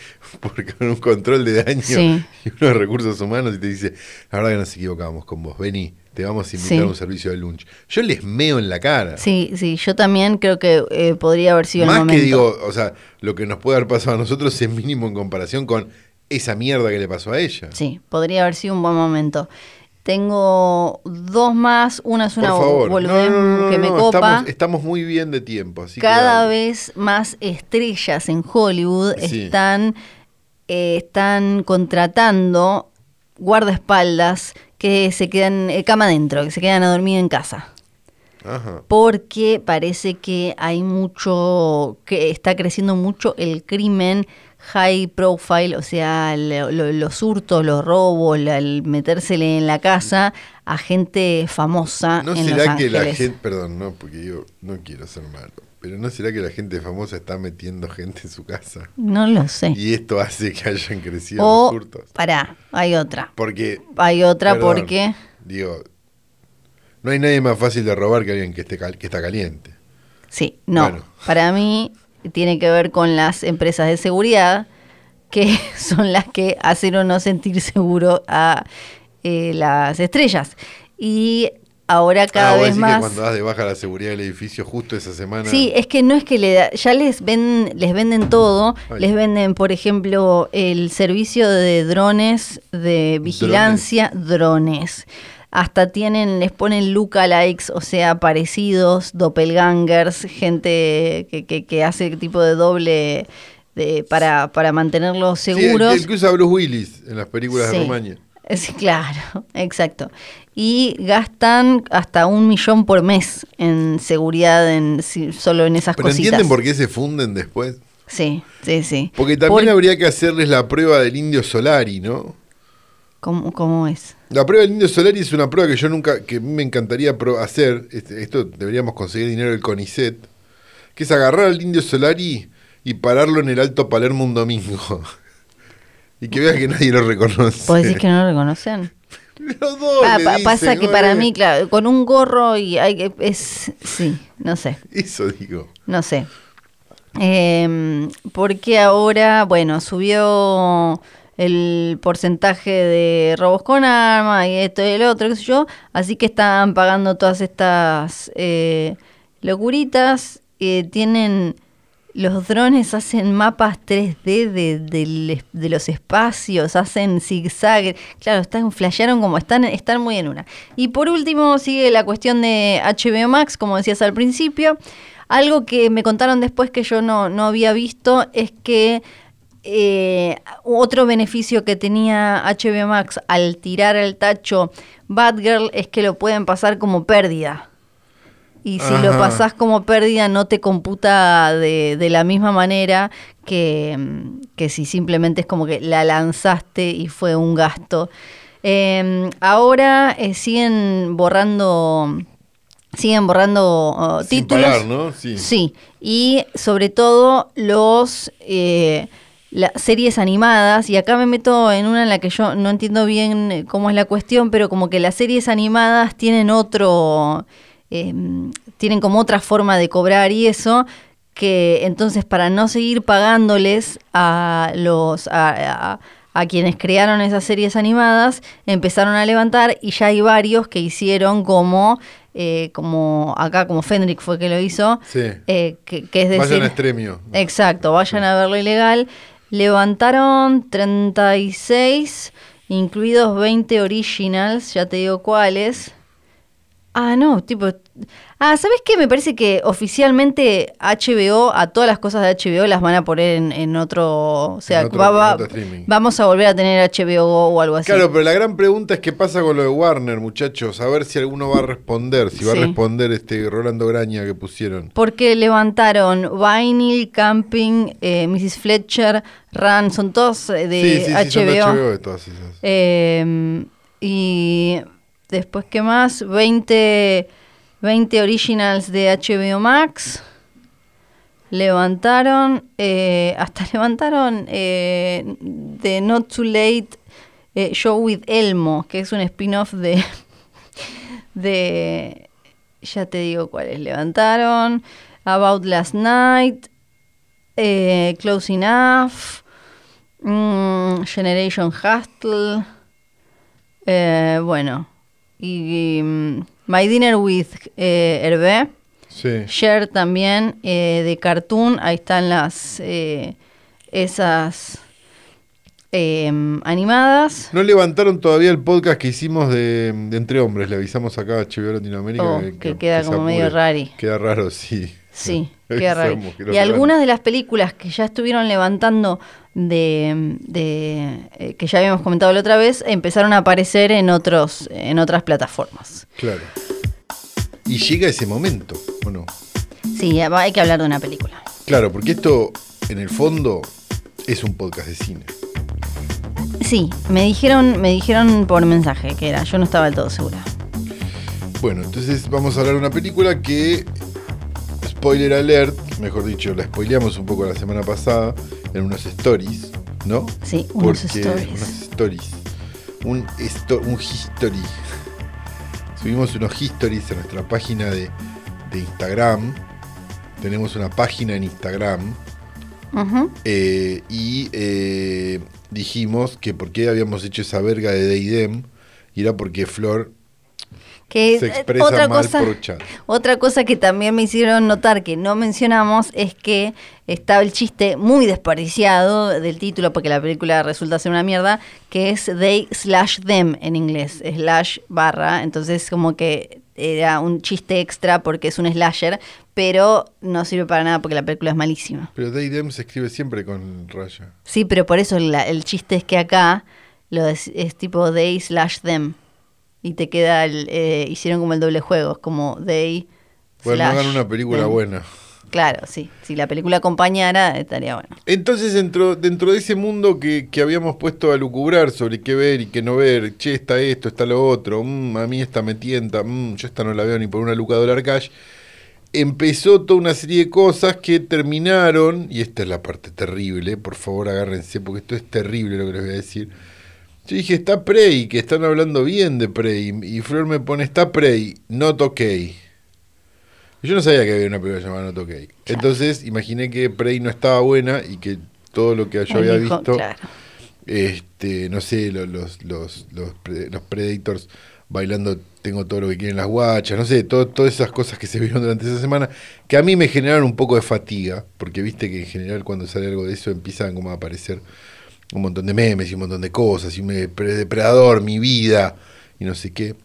B: por- con un control de daño
C: Sí.
B: y unos recursos humanos y te dice, la verdad que nos equivocamos con vos, vení, te vamos a invitar
C: Sí.
B: a un servicio de lunch. Yo les meo en la cara.
C: Sí, sí, yo también creo que eh, podría haber sido
B: Más
C: el momento.
B: que digo, o sea, lo que nos puede haber pasado a nosotros es mínimo en comparación con esa mierda que le pasó a ella.
C: Sí, podría haber sido un buen momento. Tengo dos más, una es
B: Por
C: una
B: favor.
C: boludez
B: No, no, no,
C: que
B: no,
C: me
B: no,
C: copa.
B: Estamos, estamos muy bien de tiempo. Así que
C: Cada
B: dale.
C: vez más estrellas en Hollywood
B: Sí.
C: están, eh, están contratando guardaespaldas que se quedan, eh, cama adentro, que se quedan a dormir en casa.
D: Ajá.
C: porque parece que hay mucho, que está creciendo mucho el crimen high profile, o sea, lo- lo- los hurtos, los robos, la- el metérsele en la casa a gente famosa
B: ¿No
C: en
B: será
C: Los
B: que
C: Ángeles.
B: la gente, perdón, no, porque yo no quiero ser malo, pero ¿no será que la gente famosa está metiendo gente en su casa?
C: No lo sé.
B: Y esto hace que hayan crecido
C: O,
B: los hurtos.
C: pará, hay otra.
B: Porque,
C: Hay otra
B: Perdón.
C: porque...
B: digo, no hay nadie más fácil de robar que alguien que, esté cal- que está caliente.
C: Sí, no.
B: Bueno.
C: Para mí tiene que ver con las empresas de seguridad, que son las que hacen o no sentir seguro a eh, las estrellas. Y ahora cada
B: ah, vos
C: vez
B: decís que
C: más...
B: cuando das de baja la seguridad del edificio justo esa semana.
C: Sí, es que no es que le da- ya les ven, les venden todo,
B: Ay.
C: les venden, por ejemplo, el servicio de drones de vigilancia, drones. Hasta tienen, les ponen lookalikes, o sea, parecidos, doppelgangers, gente que, que- que hace tipo de doble de, para, para mantenerlos
B: Sí, el-
C: seguros.
B: el, que usa Bruce Willis en las películas
C: Sí.
B: de Rumania.
C: Sí, claro, exacto. Y gastan hasta un millón por mes en seguridad, en si- solo en esas
B: Pero
C: cositas.
B: ¿entienden por qué se funden después?
C: Sí, sí, sí.
B: Porque también
C: Por-
B: habría que hacerles la prueba del indio Solari, ¿no?
C: ¿Cómo, cómo es?
B: La prueba del indio Solari es una prueba que yo nunca, que me encantaría pro- hacer. Este, esto deberíamos conseguir dinero del CONICET. Que es agarrar al indio Solari y pararlo en el Alto Palermo un domingo. y que vea que nadie lo reconoce.
C: ¿Puedes decir que no lo reconocen?
B: Los dos
C: Ah,
B: le
C: pa-
B: dicen,
C: pasa que para
B: "Oye".
C: mí, claro, con un gorro y hay que- es... Sí, no sé,
B: Eso digo.
C: no sé. Em, porque ahora, bueno, subió el porcentaje de robos con arma y esto y el otro, qué sé yo, así que están pagando todas estas eh, locuritas. eh, tienen, los drones hacen mapas 3D de, del es- de los espacios, hacen zigzag, claro, están, flashearon como están, están muy en una. Y por último sigue la cuestión de HBO Max, como decías al principio. Algo que me contaron después que yo no, no había visto es que eh, otro beneficio que tenía HBO Max al tirar al tacho Batgirl es que lo pueden pasar como pérdida. Y si lo
B: Ajá.
C: pasás como pérdida no te computa de, de la misma manera que, mm, que si simplemente es como que la lanzaste y fue un gasto. Eh, ahora eh, siguen borrando siguen borrando oh,
B: Sin
C: títulos.
B: parar, ¿no? Sí.
C: Sí, y sobre todo los eh, la- series animadas, y acá me meto en una en la que yo no entiendo bien eh, cómo es la cuestión, pero como que las series animadas tienen otro, eh, tienen como otra forma de cobrar y eso, que entonces para no seguir pagándoles a los... a- a- a quienes crearon esas series animadas, empezaron a levantar y ya hay varios que hicieron como, eh, como acá, como Fendrick fue que lo hizo,
B: Sí.
C: eh, que, que es decir...
B: Vayan a este extremio.
C: Exacto, vayan a verlo ilegal. Levantaron 36, incluidos 20 originals, ya te digo cuáles. Ah, no, tipo... Ah, ¿sabes qué? Me parece que oficialmente HBO, a todas las cosas de HBO las van a poner en, en otro... O sea,
B: En otro-
C: va- va-
B: en otro streaming.
C: vamos a volver a tener HBO Go o algo así.
B: Claro, pero la gran pregunta es qué pasa con lo de Warner, muchachos. A ver si alguno va a responder, si va
C: Sí.
B: a responder este Rolando Graña que pusieron.
C: Porque levantaron Vinyl, Camping, eh, Mrs. Fletcher, Run, son todos eh, de
B: sí, sí, sí, son de
C: HBO.
B: HBO de todas esas.
C: Eh, y después, ¿qué más? 20, 20 originals de HBO Max. Levantaron, eh, hasta levantaron eh, The Not Too Late eh, Show with Elmo, que es un spin-off de, de, ya te digo cuáles levantaron, About Last Night, eh, Close Enough, Mm, Generation Hustle. eh, bueno. Y, mm, My Dinner with eh, Hervé.
B: Sí.
C: Share también eh, de Cartoon. Ahí están las. eh, esas. em, animadas.
B: No levantaron todavía el podcast que hicimos de, de Entre Hombres. Le avisamos acá a HBO Latinoamérica.
C: Oh, que queda
B: se
C: como medio
B: apure.
C: rari.
B: Queda raro, sí.
C: Sí, qué
B: Avisamos que
C: raro.
B: lo
C: Y
B: levantan.
C: algunas de las películas que ya estuvieron levantando de, de, eh, que ya habíamos comentado la otra vez, empezaron a aparecer en otros, en otras plataformas.
B: Claro. Y llega ese momento, ¿o no?
C: Sí, hay que hablar de una película.
B: Claro, porque esto, en el fondo, es un podcast de cine.
C: Sí, me dijeron, me dijeron por mensaje que era, yo no estaba del todo segura.
B: Bueno, entonces vamos a hablar de una película que, spoiler alert, mejor dicho, la spoileamos un poco la semana pasada en unos stories, ¿no?
C: Sí, unos
B: Porque-
C: stories.
B: unos stories. Un, esto, un history. Subimos unos histories a nuestra página de, de Instagram. Tenemos una página en Instagram.
C: Ujú.
B: Eh, y eh, dijimos que por qué habíamos hecho esa verga de Deidem. Y era porque Flor
C: Que
B: se
C: eh,
B: expresa
C: otra
B: mal
C: cosa,
B: por chat.
C: otra cosa que también me hicieron notar que no mencionamos es que estaba el chiste muy desperdiciado del título, porque la película resulta ser una mierda, que es they slash them en inglés, slash barra, entonces como que era un chiste extra porque es un slasher, pero no sirve para nada porque la película es malísima.
B: Pero Deidem se escribe siempre con raya.
C: Sí, pero por eso la- el chiste es que acá lo es, es tipo they slash them. Y te queda el. eh, hicieron como el doble juego, es como they.
B: Bueno,
C: slash
B: hagan una película
C: them.
B: buena.
C: Claro, sí. Si la película acompañara, estaría bueno.
B: Entonces, dentro, dentro de ese mundo que, que habíamos puesto a lucubrar sobre qué ver y qué no ver, che, está esto, está lo otro, mm, a mí esta me tienta, mm, yo esta no la veo ni por una luca dólar cash, empezó toda una serie de cosas que terminaron, y esta es la parte terrible, por favor agárrense, porque esto es terrible lo que les voy a decir. Yo dije, está Prey, que están hablando bien de Prey, y Flor me pone, está Prey, not okay. Yo no sabía que había una película llamada Not Okay. Entonces imaginé que Prey no estaba buena y que todo lo que yo
C: El
B: había
C: hijo,
B: visto,
C: claro.
B: este, no sé, lo- los, los, los, pre- los Predators bailando Tengo todo lo que quieren las guachas, no sé, todo, todas esas cosas que se vieron durante esa semana, que a mí me generaron un poco de fatiga, porque viste que en general cuando sale algo de eso empiezan como a aparecer un montón de memes y un montón de cosas, y un pre- depredador, mi vida, y no sé qué.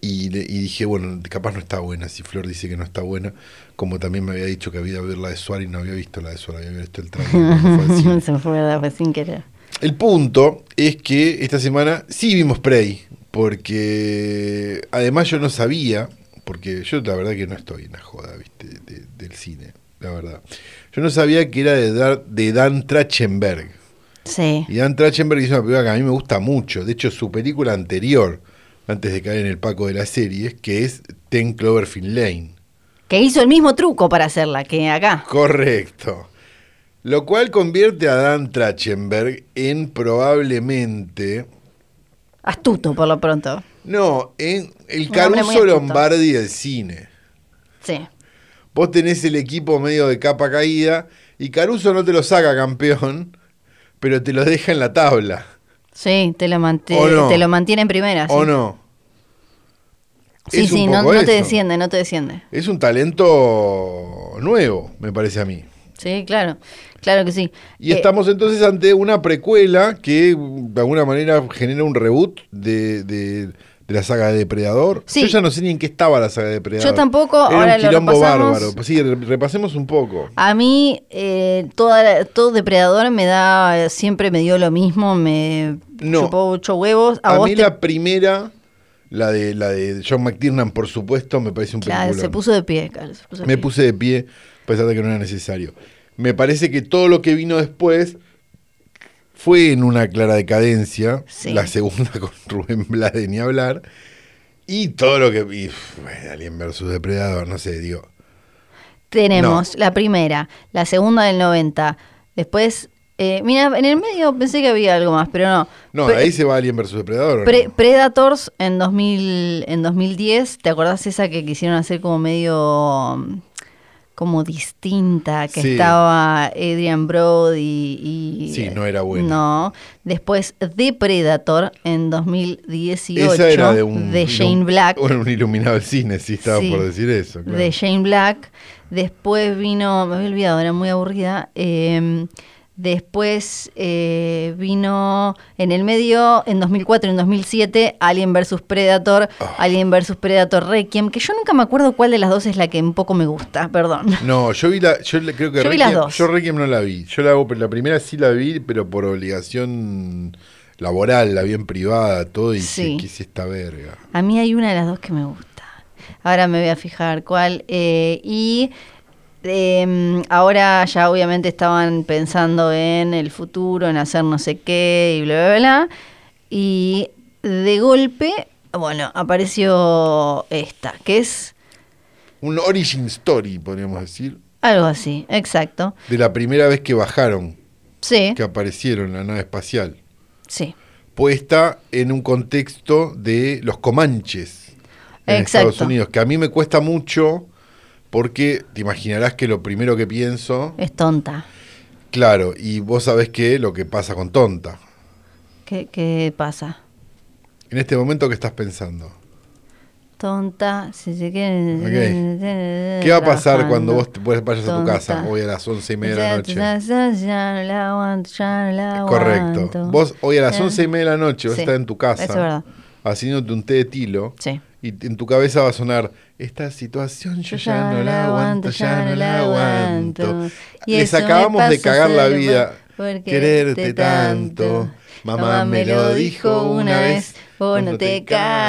B: Y, le- y dije, bueno, capaz no está buena, si Flor dice que no está buena, como también me había dicho que había ido a ver la de Suárez y no había visto la de Suárez, había visto el trailer. cuando fue al cine.
C: Se fue, ¿verdad? Fue sin querer.
B: El punto es que esta semana sí vimos Prey, porque además yo no sabía, porque yo la verdad que no estoy en la joda, viste, de- del cine, la verdad. Yo no sabía que era de, Dar- de Dan Trachtenberg.
C: Sí.
B: Y Dan Trachtenberg hizo una película que a mí me gusta mucho. De hecho, su película anterior, antes de caer en el paco de las series, que es Ten Cloverfield Lane.
C: Que hizo el mismo truco para hacerla que acá.
B: Correcto. Lo cual convierte a Dan Trachtenberg en probablemente...
C: Astuto, por lo pronto.
B: No, en el
C: Un hombre
B: Caruso
C: muy astuto.
B: Lombardi del cine.
C: Sí.
B: Vos tenés el equipo medio de capa caída y Caruso no te lo saca campeón, pero te lo deja en la tabla.
C: Sí, te lo, mante-
B: ¿O no?
C: te lo mantiene en primera. Ah, Sí,
B: ¿O no?
C: sí,
B: Es un
C: sí, no,
B: poco
C: no te
B: eso.
C: desciende, no te desciende.
B: Es un talento nuevo, me parece a mí.
C: Sí, claro. Claro que sí.
B: Y
C: Eh,
B: estamos entonces ante una precuela que de alguna manera genera un reboot de, de- de la saga de Depredador.
C: Sí.
B: Yo ya no sé ni en qué estaba la saga de Depredador.
C: Yo tampoco,
B: Era
C: ahora
B: un
C: lo
B: quilombo
C: repasamos.
B: bárbaro. Pues sí, re- repasemos un poco.
C: A mí, eh, toda, todo depredador me da, siempre me dio lo mismo, me
B: No.
C: chupó ocho huevos. A,
B: A,
C: vos
B: mí
C: te-
B: la primera, la de la de John McTiernan, por supuesto, me parece un
C: Claro, se
B: peliculón.
C: puso de pie, Carlos, se puso de
B: Me
C: pie.
B: puse de pie, a pesar de que no era necesario. Me parece que todo lo que vino después fue en una clara decadencia.
C: Sí.
B: La segunda con Rubén Blade, ni hablar. Y todo lo que. y, pff, bueno, Alien versus Depredador, no sé, digo.
C: Tenemos la primera, la segunda del 90. Después, eh, mira, en el medio pensé que había algo más, pero no.
B: No,
C: Pre-
B: ahí se va Alien versus Depredador. ¿o
C: Pre-
B: no?
C: Predators en, 2000, en 2010, ¿te acordás esa que quisieron hacer como medio mm, como distinta? Que
B: Sí.
C: estaba Adrian Brody y, y-
B: Sí, no era buena.
C: No. Después The Predator en 2018
B: Esa era de un.
C: de Shane
B: ilum-
C: Black.
B: Bueno, un iluminado del cine, sí, estaba
C: Sí.
B: por decir eso. claro.
C: De Shane Black. Después vino, me había olvidado, era muy aburrida. eh, después eh, vino en el medio, en 2004 y en 2007, Alien vs. Predator,
B: Ah.
C: Alien vs. Predator Requiem, que yo nunca me acuerdo cuál de las dos es la que un poco me gusta, perdón.
B: No, yo vi la, yo le- creo que
C: Yo vi las
B: Requiem-
C: dos.
B: yo Requiem no la vi. Yo la, la primera sí la vi, pero por obligación laboral, la vi en privada, todo, y
C: Sí.
B: dije, ¿qué es esta verga?
C: A mí hay una de las dos que me gusta. Ahora me voy a fijar cuál. eh, y eh, ahora ya obviamente estaban pensando en el futuro, en hacer no sé qué y bla, bla, bla. Y de golpe, bueno, apareció esta, que es
B: Un origin story, podríamos decir,
C: algo así, exacto.
B: de la primera vez que bajaron,
C: Sí,
B: que aparecieron en la nave espacial,
C: sí.
B: puesta en un contexto de los comanches en
C: Exacto.
B: Estados Unidos, que a mí me cuesta mucho porque te imaginarás que lo primero que pienso,
C: Es tonta.
B: claro, y vos sabés que lo que pasa con tonta.
C: ¿Qué, qué pasa?
B: En este momento, ¿qué estás pensando?
C: Tonta, si se quieren.
B: Ok. ¿Qué va a pasar cuando vos te- vos vayas a tu
C: Tonta.
B: casa hoy a las once y media de la noche?
C: Ya, ya, ya no la aguanto, ya no la
B: Correcto.
C: aguanto.
B: Vos hoy a las
C: Ya.
B: once y media de la noche vas
C: Sí,
B: a estar en tu casa
C: eso es verdad.
B: haciéndote un té de tilo
C: Sí.
B: y t- en tu cabeza va a sonar esta situación yo ya no la aguanto, ya no la aguanto.
C: Y
B: Les
C: eso me
B: acabamos de
C: pasa
B: cagar la
C: solo
B: vida.
C: por- por
B: Quererte tanto. Mamá me lo dijo una vez.
C: Vos no
B: cuando
C: te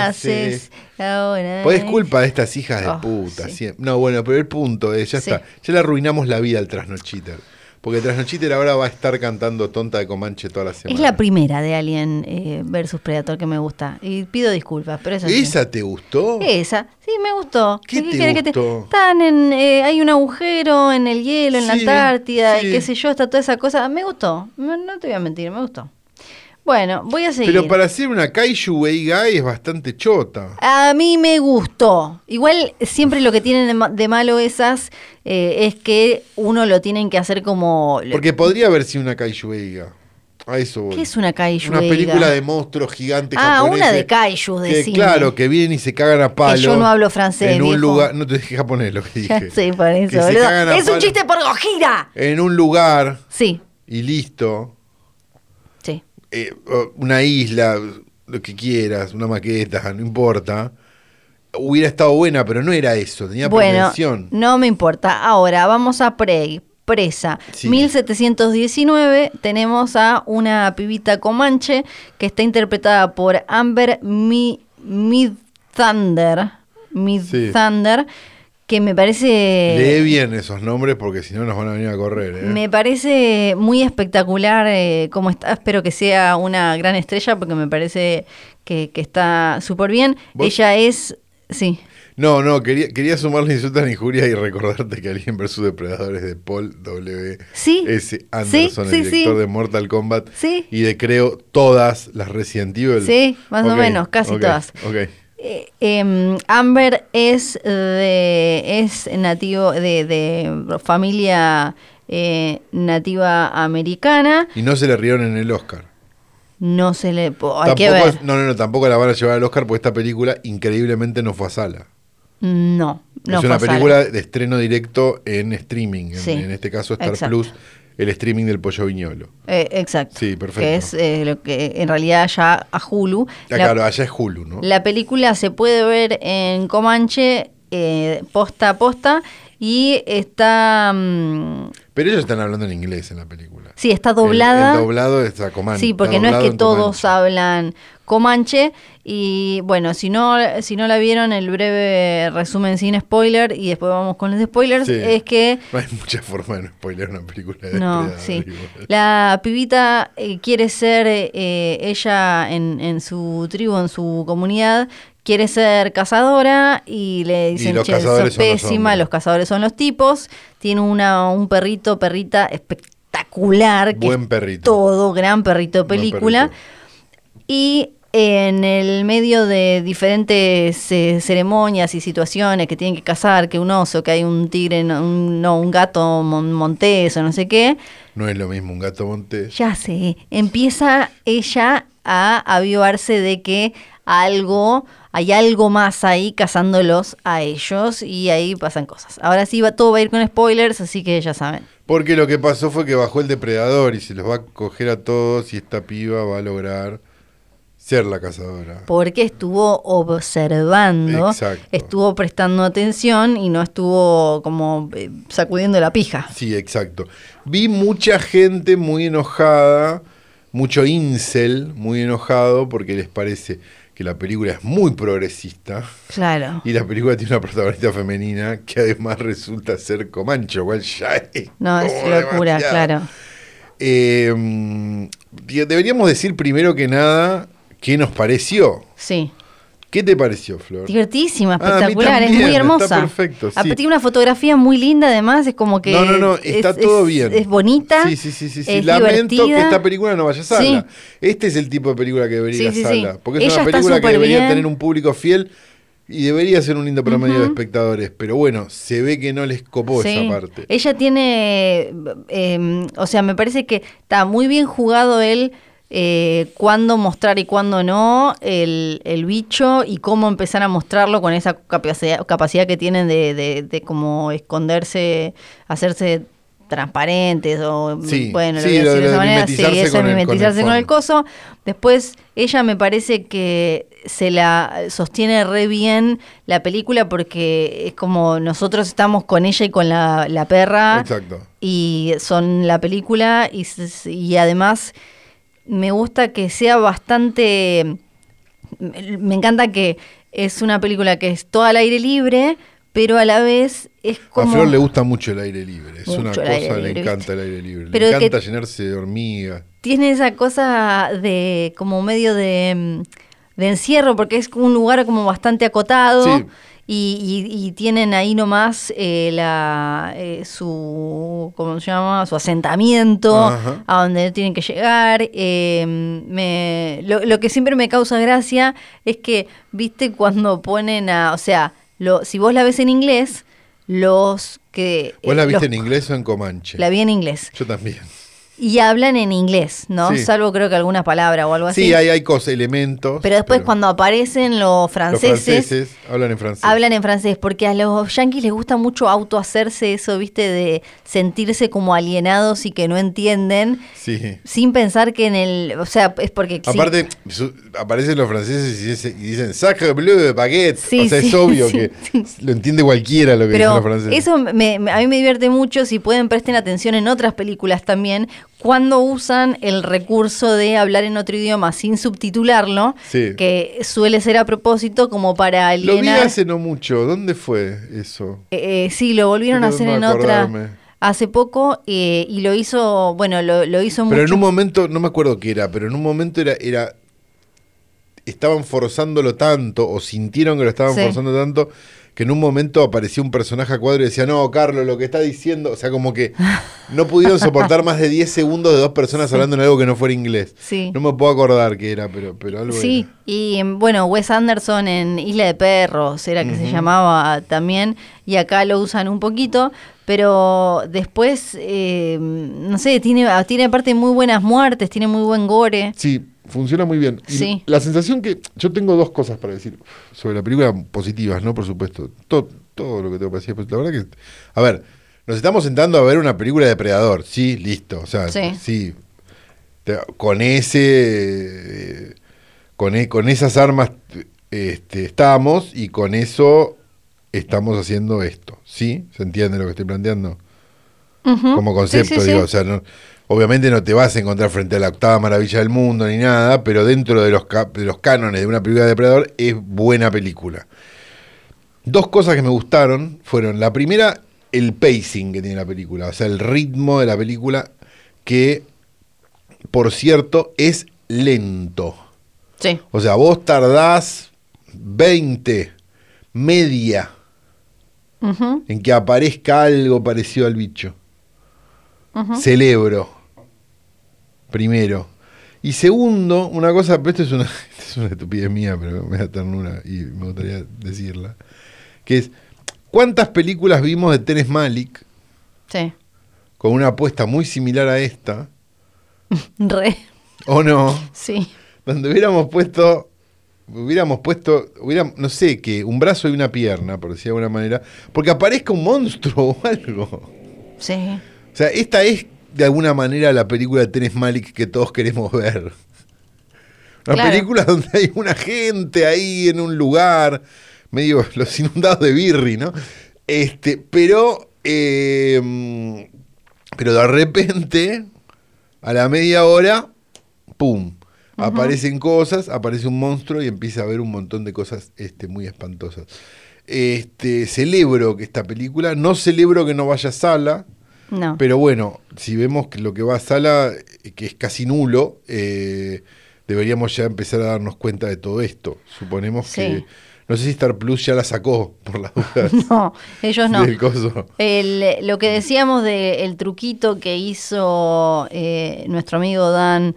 C: cases. Ahora.
B: Pues es
C: es-
B: culpa de estas hijas de
C: Oh,
B: puta.
C: sí.
B: siempre. No, bueno, pero el punto es, ya
C: Sí.
B: está. Ya le arruinamos la vida al trasnochiter. Porque el trasnochiter ahora va a estar cantando tonta de Comanche toda la semana.
C: Es la primera de Alien eh, versus Predator que me gusta. Y pido disculpas, pero es así.
B: ¿Esa te gustó?
C: Esa, sí, me gustó.
B: Oh. ¿Qué te
C: querés que
B: gustó?
C: Están en, eh, hay un agujero en el hielo, en la
B: Sí,
C: Antártida,
B: sí.
C: y qué sé yo, está toda esa cosa. Me gustó, no no te voy a mentir, me gustó. Bueno, voy a seguir.
B: Pero para ser una kaiju Eigai es bastante chota.
C: A mí me gustó. Igual siempre lo que tienen de, ma- de malo esas eh, es que uno lo tienen que hacer como...
B: Porque podría haber sido una kaiju Eiga. A eso voy.
C: ¿Qué es una kaiju
B: Una
C: eiga?
B: película de monstruos gigantes
C: Ah,
B: japoneses
C: una de kaijus,
B: que,
C: decime.
B: Claro, que vienen y se cagan a palos.
C: yo no hablo francés,
B: En un
C: viejo.
B: lugar... No te dije japonés lo que dije.
C: sí, por
B: Que se
C: eso, boludo.
B: cagan a
C: Es un
B: palos
C: chiste por Gojira.
B: En un lugar
C: Sí,
B: y listo.
C: sí.
B: eh, o una isla, lo que quieras, una maqueta, no importa. Hubiera estado buena, pero no era eso, tenía
C: Bueno,
B: pretensión.
C: no me importa. Ahora vamos a Prey, presa.
B: Sí.
C: 1719 tenemos a una pibita comanche que está interpretada por Amber Mi Midthunder, Midthunder, que me parece
B: Lee bien esos nombres porque si no nos van a venir a correr. ¿eh?
C: Eh, me parece muy espectacular eh, cómo está. Espero que sea una gran estrella porque me parece que, que está súper bien.
B: ¿Vos?
C: Ella es sí.
B: No, no, quería, quería sumarle insultos a la injuria y recordarte que Alien vs Depredadores de Paul W.
C: Sí.
B: S.
C: Sí,
B: Anderson,
C: sí,
B: el director
C: sí.
B: de Mortal Kombat
C: Sí.
B: y de creo todas las Resident Evil.
C: Sí, más o
B: Ok,
C: menos, casi
B: ok,
C: todas.
B: ok.
C: Eh, em, Amber es eh, de- es nativo de, de familia eh, nativa americana.
B: Y no se le rieron en el Oscar.
C: No se le po- Oh, hay
B: Tampoco,
C: que ver.
B: No, no, no, tampoco la van a llevar al Oscar porque esta película increíblemente no fue a sala.
C: No, no
B: es una
C: fue a sala.
B: película de estreno directo en streaming, en,
C: Sí,
B: en este caso Star
C: exacto.
B: Plus, el streaming del Pollo Viñolo.
C: Eh, exacto.
B: Sí, perfecto.
C: Que es eh, lo que en realidad ya a Hulu.
B: Ya,
C: La-
B: claro, allá es Hulu, ¿no?
C: La película se puede ver en Comanche eh, posta a posta y está mm,
B: Pero ellos están hablando en inglés en la película.
C: sí está
B: El-
C: doblada.
B: El, doblado es a Comanche.
C: Sí, porque
B: está
C: no es
B: doblado
C: que
B: en
C: todos
B: Comanche.
C: hablan comanche. Y bueno, si no, si no la vieron, el breve resumen sin spoiler, y después vamos con los spoilers,
B: Sí.
C: es que
B: No hay mucha forma de no spoiler una película de
C: no,
B: Depredador,
C: sí.
B: igual.
C: La pibita eh, quiere ser, eh, ella en, en su tribu, en su comunidad, quiere ser cazadora y le dicen,
B: los
C: che, sos
B: cazadores son los
C: pésima,
B: hombres".
C: los cazadores son los tipos. Tiene una, un perrito, perrita espectacular. que
B: Buen
C: es
B: perrito.
C: Todo, gran perrito de
B: Buen
C: película.
B: perrito.
C: Y en el medio de diferentes eh, ceremonias y situaciones que tienen que cazar, que un oso, que hay un tigre, no un, no, un gato mon- montés o no sé qué,
B: No es lo mismo un gato monte.
C: ya sé, empieza ella a avivarse de que algo, hay algo más ahí cazándolos a ellos y ahí pasan cosas. Ahora sí, va, todo va a ir con spoilers, así que ya saben.
B: Porque lo que pasó fue que bajó el depredador y se los va a coger a todos y esta piba va a lograr ser la cazadora.
C: porque estuvo observando,
B: Exacto.
C: estuvo prestando atención y no estuvo como eh, sacudiendo la pija.
B: Sí, exacto. Vi mucha gente muy enojada, mucho incel muy enojado porque les parece que que la película es muy progresista
C: Claro.
B: y la película tiene una protagonista femenina que además resulta ser comancho, cual ya es
C: No, es
B: como
C: locura,
B: Oh, demasiado.
C: claro.
B: Eh, mm, de- deberíamos decir primero que nada qué nos pareció.
C: Sí.
B: ¿Qué te pareció, Flor? Ah,
C: Divertísima,
B: a mí
C: espectacular, es
B: también,
C: muy
B: está
C: hermosa.
B: perfecto, sí.
C: Aparte tiene una fotografía muy linda, además, es como que
B: no, no, no,
C: es-
B: está
C: es-
B: todo bien.
C: Es bonita.
B: Sí, sí, sí, sí. sí.
C: es
B: Lamento que
C: divertida.
B: esta película no vaya a sala. Este es el tipo de película que debería ir a
C: Sí, sí,
B: sala.
C: sí.
B: Porque es
C: Ella
B: una
C: está
B: película que
C: súper
B: debería
C: bien.
B: tener un público fiel y debería ser un lindo promedio de espectadores. Pero bueno, se ve que no les copó
C: Sí.
B: esa parte.
C: Ella tiene, eh, eh, o sea, me parece que está muy bien jugado él eh, cuándo mostrar y cuándo no el, el bicho y cómo empezar a mostrarlo con esa capacidad, capacidad que tienen de, de, de como esconderse, hacerse transparentes o
B: Sí,
C: bueno, lo
B: sí,
C: voy a
B: lo-
C: decir de
B: lo
C: esa
B: de
C: manera, sí,
B: mimetizarse
C: eso,
B: con el- con el
C: mimetizarse con el
B: fondo.
C: coso. Después ella me parece que se la sostiene re bien la película porque es como nosotros estamos con ella y con la, la perra
B: Exacto.
C: y son la película y, s- y además me gusta que sea bastante me me encanta que es una película que es todo al aire libre pero a la vez es como
B: A Flor le gusta mucho el aire libre. Es
C: Mucho
B: una
C: el
B: cosa,
C: aire
B: le
C: libre,
B: encanta
C: ¿viste?
B: el aire libre.
C: Pero
B: le
C: que- Eh,
B: encanta llenarse de hormigas.
C: tiene esa cosa de como medio de, mm, de encierro, porque es un lugar como bastante acotado.
B: Sí.
C: Y, y- y tienen ahí nomás eh, la, eh, su, ¿cómo se llama? Su asentamiento,
B: Ajá.
C: a donde tienen que llegar. eh, me- lo, lo que siempre me causa gracia es que, viste, cuando ponen a, o sea, lo, si vos la ves en inglés, los que...
B: ¿Vos la
C: eh,
B: viste en
C: los-
B: inglés o en Comanche?
C: La vi en inglés.
B: Yo también.
C: Y hablan en inglés, ¿no?
B: Sí.
C: Salvo creo que alguna palabra o algo así.
B: Sí, hay, hay cosas, elementos.
C: pero después cuando aparecen los
B: los
C: franceses,
B: franceses hablan en francés.
C: hablan en francés, porque a los yanquis les gusta mucho autohacerse eso, ¿viste? De sentirse como alienados y que no entienden,
B: Sí.
C: sin pensar que en el... O sea, es porque... sí.
B: Aparte, su- aparecen los franceses y dice- y dicen sacre bleu de baguette.
C: Sí,
B: o sea, es
C: sí,
B: obvio
C: sí,
B: que
C: sí.
B: lo entiende cualquiera lo que dicen los
C: Pero
B: franceses.
C: eso me- me- a mí me divierte mucho, si pueden presten atención en otras películas también, cuando usan el recurso de hablar en otro idioma sin subtitularlo,
B: Sí.
C: que suele ser a propósito como para
B: lo vi
C: alienar...
B: hace no mucho. ¿Dónde fue eso?
C: Eh, eh, sí, lo volvieron a
B: Estoy
C: hacer en
B: tratando de
C: otra
B: acordarme.
C: hace poco eh, y lo hizo, bueno, lo, lo hizo
B: Pero en
C: mucho.
B: un momento, no me acuerdo qué era, pero en un momento era, era estaban forzándolo tanto o sintieron que lo estaban
C: Sí.
B: forzando tanto que en un momento aparecía un personaje a cuadro y decía, no, Carlos, lo que está diciendo, o sea, como que no pudieron soportar más de 10 segundos de dos personas hablando en algo que no fuera inglés.
C: Sí.
B: No me puedo acordar qué era, pero, pero algo
C: Sí,
B: era.
C: y em, bueno, Wes Anderson en Isla de Perros era que se llamaba también, y acá lo usan un poquito, pero después, eh, no sé, tiene, ah, tiene aparte muy buenas muertes, tiene muy buen gore.
D: Sí, funciona muy bien. Y
C: Sí.
D: La sensación que. Yo tengo dos cosas para decir
B: Sobre la película, positivas, ¿no? Por supuesto. Todo, todo lo que tengo que decir. pues, La verdad que... A ver, nos estamos sentando a ver una película de Predador. Sí, listo. O sea,
C: Sí.
B: sí. Te- Con ese... eh, con, e- con esas armas este, estamos y con eso estamos haciendo esto. ¿Sí? ¿Se entiende lo que estoy planteando?
C: Ujú.
B: como
C: Sí,
B: concepto,
C: sí, sí.
B: digo, o sea, no- obviamente no te vas a encontrar frente a la octava maravilla del mundo ni nada, pero dentro de los, ca- de los cánones de una película de Depredador es buena película. Dos cosas que me gustaron fueron, la primera, el pacing que tiene la película, o sea, el ritmo de la película que, por cierto, es lento.
C: Sí,
B: O sea, vos tardás 20, media,
C: Ujú,
B: en que aparezca algo parecido al bicho.
C: ujú.
B: Celebro. Primero. Y segundo, una cosa, pero esto es una, esto es una estupidez mía, pero me da ternura y me gustaría decirla. Que es, ¿cuántas películas vimos de Teres Malik
C: sí.
B: con una apuesta muy similar a esta?
C: Re,
B: ¿O no?
C: sí.
B: Donde hubiéramos puesto, hubiéramos puesto, hubiéramos, no sé, que un brazo y una pierna, por decir de alguna manera, porque aparezca un monstruo o algo.
C: Sí,
B: O sea, esta es de alguna manera la película de Terence Malik que todos queremos ver. Una
C: Claro.
B: película donde hay una gente ahí en un lugar, medio los inundados de birri, ¿no? Este, pero, eh, pero de repente, a la media hora, ¡pum! Aparecen cosas, aparece un monstruo y empieza a ver un montón de cosas este, muy espantosas. Este, celebro que esta película, no celebro que no vaya a sala,
C: No.
B: pero bueno, si vemos que lo que va a sala, eh, que es casi nulo, eh, deberíamos ya empezar a darnos cuenta de todo esto. Suponemos
C: Sí.
B: que. No sé si Star Plus ya la sacó, por las dudas.
C: no, ellos no.
B: Del coso.
C: El- lo que decíamos del truquito que hizo eh, nuestro amigo Dan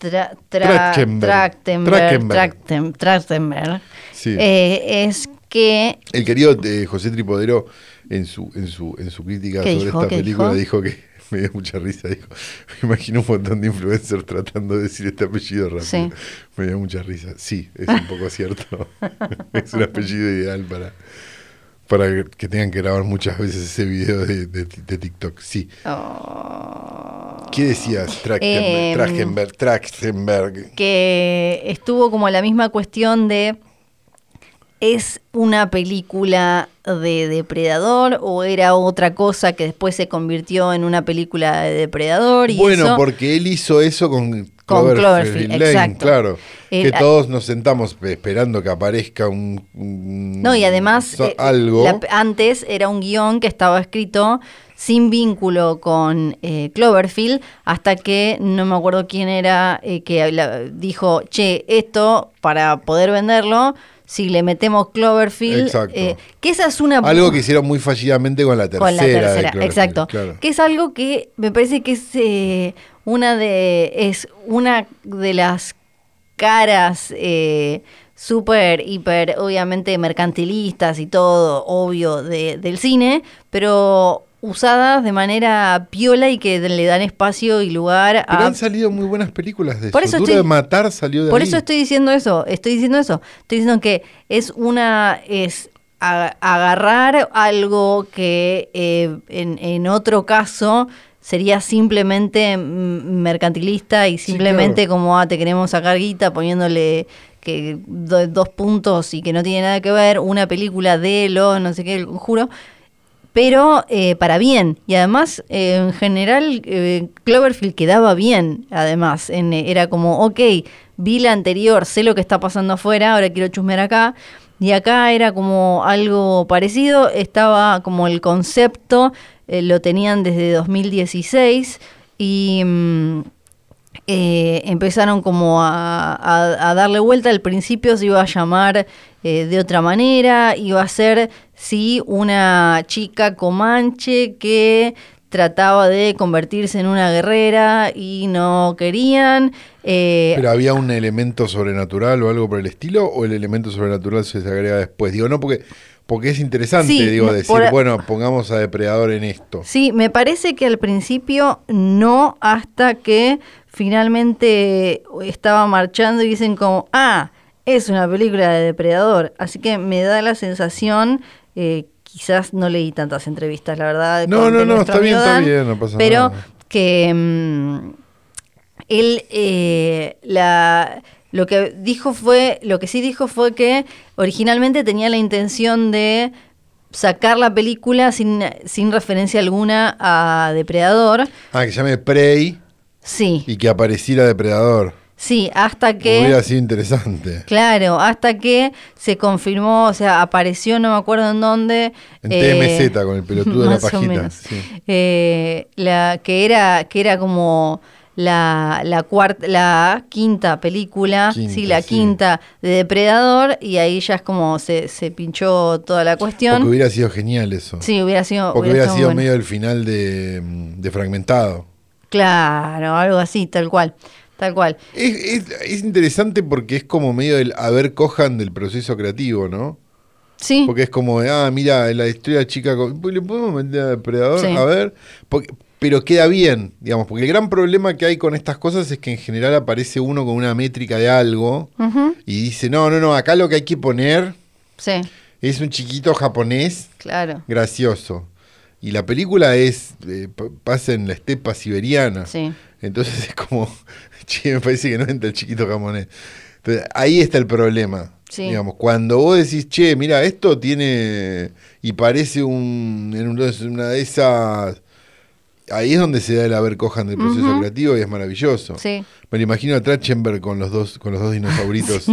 C: Tra- Tra-
B: Trachtenberg.
C: Trachtenberg,
B: Trachtenberg.
C: Trachten- Trachtenberg,
B: Sí.
C: eh, es que
B: El querido eh, José Tripodero, en su, en su, en su crítica
C: ¿Qué
B: sobre
C: dijo?
B: esta
C: ¿Qué
B: película, dijo,
C: dijo?
B: que me dio mucha risa, dijo, me imagino un montón de influencers tratando de decir este apellido rápido.
C: Sí.
B: Me dio mucha risa. Sí, es un poco cierto. es un apellido ideal para, para que tengan que grabar muchas veces ese video de, de- de TikTok. Sí. ¿Qué decías?
C: Em.
B: Trachtenberg, Trachtenberg, Trachtenberg.
C: que estuvo como la misma cuestión de es una película de depredador o era otra cosa que después se convirtió en una película de depredador y
B: Bueno,
C: eso-
B: porque él hizo eso con
C: Con
B: Cloverfield,
C: Cloverfield,
B: Lane,
C: exacto.
B: claro.
C: Eh,
B: que
C: la-
B: todos nos sentamos esperando que aparezca un, un-
C: No, y además
B: so-
C: eh,
B: algo.
C: la- antes era un guión que estaba escrito sin vínculo con eh, Cloverfield hasta que no me acuerdo quién era eh, que habla- dijo, che, esto para poder venderlo, si le metemos Cloverfield,
B: Exacto.
C: eh, que esa es una...
B: Algo que hicieron muy fallidamente con la tercera.
C: con la
B: de
C: tercera,
B: Cloverfield,
C: exacto.
B: claro.
C: Que es algo que me parece que es eh, una de es una de las caras eh, súper, hiper, obviamente mercantilistas y todo, obvio, de- del cine, pero usadas de manera piola y que le dan espacio y lugar
B: Pero
C: a...
B: han salido muy buenas películas de
C: ah, Por
B: eso.
C: eso
B: Duro
C: estoy-
B: de matar salió de
C: Por
B: ahí.
C: eso estoy diciendo eso, estoy diciendo eso. Estoy diciendo que es una. es a- agarrar algo que eh, en, en otro caso sería simplemente mm, mercantilista y simplemente como ah, te queremos sacar guita poniéndole que do- dos puntos y que no tiene nada que ver, una película de lo, no sé qué, el conjuro pero eh, para bien. Y además, eh, en general, eh, Cloverfield quedaba bien, además. En, eh, era como, ok, vi la anterior, sé lo que está pasando afuera, ahora quiero chusmear acá. Y acá era como algo parecido, estaba como el concepto, eh, lo tenían desde 2016 y... mm, eh, empezaron como a, a- a darle vuelta. Al principio se iba a llamar eh, de otra manera, iba a ser, sí, una chica comanche que trataba de convertirse en una guerrera y no querían. eh,
B: Pero había un elemento sobrenatural o algo por el estilo, o el elemento sobrenatural se agrega después. Digo, no, porque, porque es interesante,
C: Sí,
B: digo,
C: no,
B: decir,
C: por-
B: bueno, pongamos a Depredador en esto.
C: Sí, me parece que al principio no, hasta que finalmente eh, estaba marchando y dicen como, ah, es una película de depredador. Así que me da la sensación, eh, quizás no leí tantas entrevistas, la verdad.
B: No,
C: con-
B: no,
C: de
B: no,
C: nuestro
B: está bien,
C: amigo
B: está bien, no pasa
C: pero
B: nada.
C: que mm, él eh, la lo que dijo fue lo que sí dijo fue que originalmente tenía la intención de sacar la película sin, sin referencia alguna a Depredador
B: Ah, que llame Prey
C: sí
B: y que apareciera Depredador.
C: sí hasta que
B: Hubiera sido interesante.
C: Claro, hasta que se confirmó, o sea, apareció, no me acuerdo en dónde. eh,
B: En TMZ, con el pelotudo de la
C: más o
B: pajita,
C: menos.
B: sí.
C: Eh, la, que, era, que era como la, la, cuarta, la quinta película,
B: Quinta,
C: sí, la
B: sí.
C: quinta de Depredador, y ahí ya es como se, se pinchó toda la cuestión.
B: Porque hubiera sido genial eso.
C: sí, hubiera sido.
B: Porque hubiera
C: estado
B: sido
C: bueno.
B: medio el final de, mm, de Fragmentado.
C: Claro, algo así, tal cual. Tal cual.
B: Es, es- es interesante porque es como medio el haber cojan del proceso creativo, ¿no?
C: Sí.
B: Porque es como, de, ah, mira, la historia de chica, con- ¿le podemos meter a Depredador?
C: Sí.
B: A ver. Porque- pero queda bien, digamos, porque el gran problema que hay con estas cosas es que en general aparece uno con una métrica de algo
C: Ujú,
B: y dice, no, no, no, acá lo que hay que poner
C: Sí,
B: es un chiquito japonés
C: claro.
B: gracioso. Y la película es, eh, p- pasa en la estepa siberiana.
C: Sí.
B: Entonces es como, che, me parece que no entra el chiquito jamonés. Entonces, ahí está el problema.
C: Sí.
B: Digamos, cuando vos decís, che, mira, esto tiene, y parece un, en un- una de esas ahí es donde se da el haber cojan del proceso
C: Ujú.
B: creativo y es maravilloso.
C: Sí.
B: Me lo imagino a Trachtenberg con los dos, con los dos dinosauritos.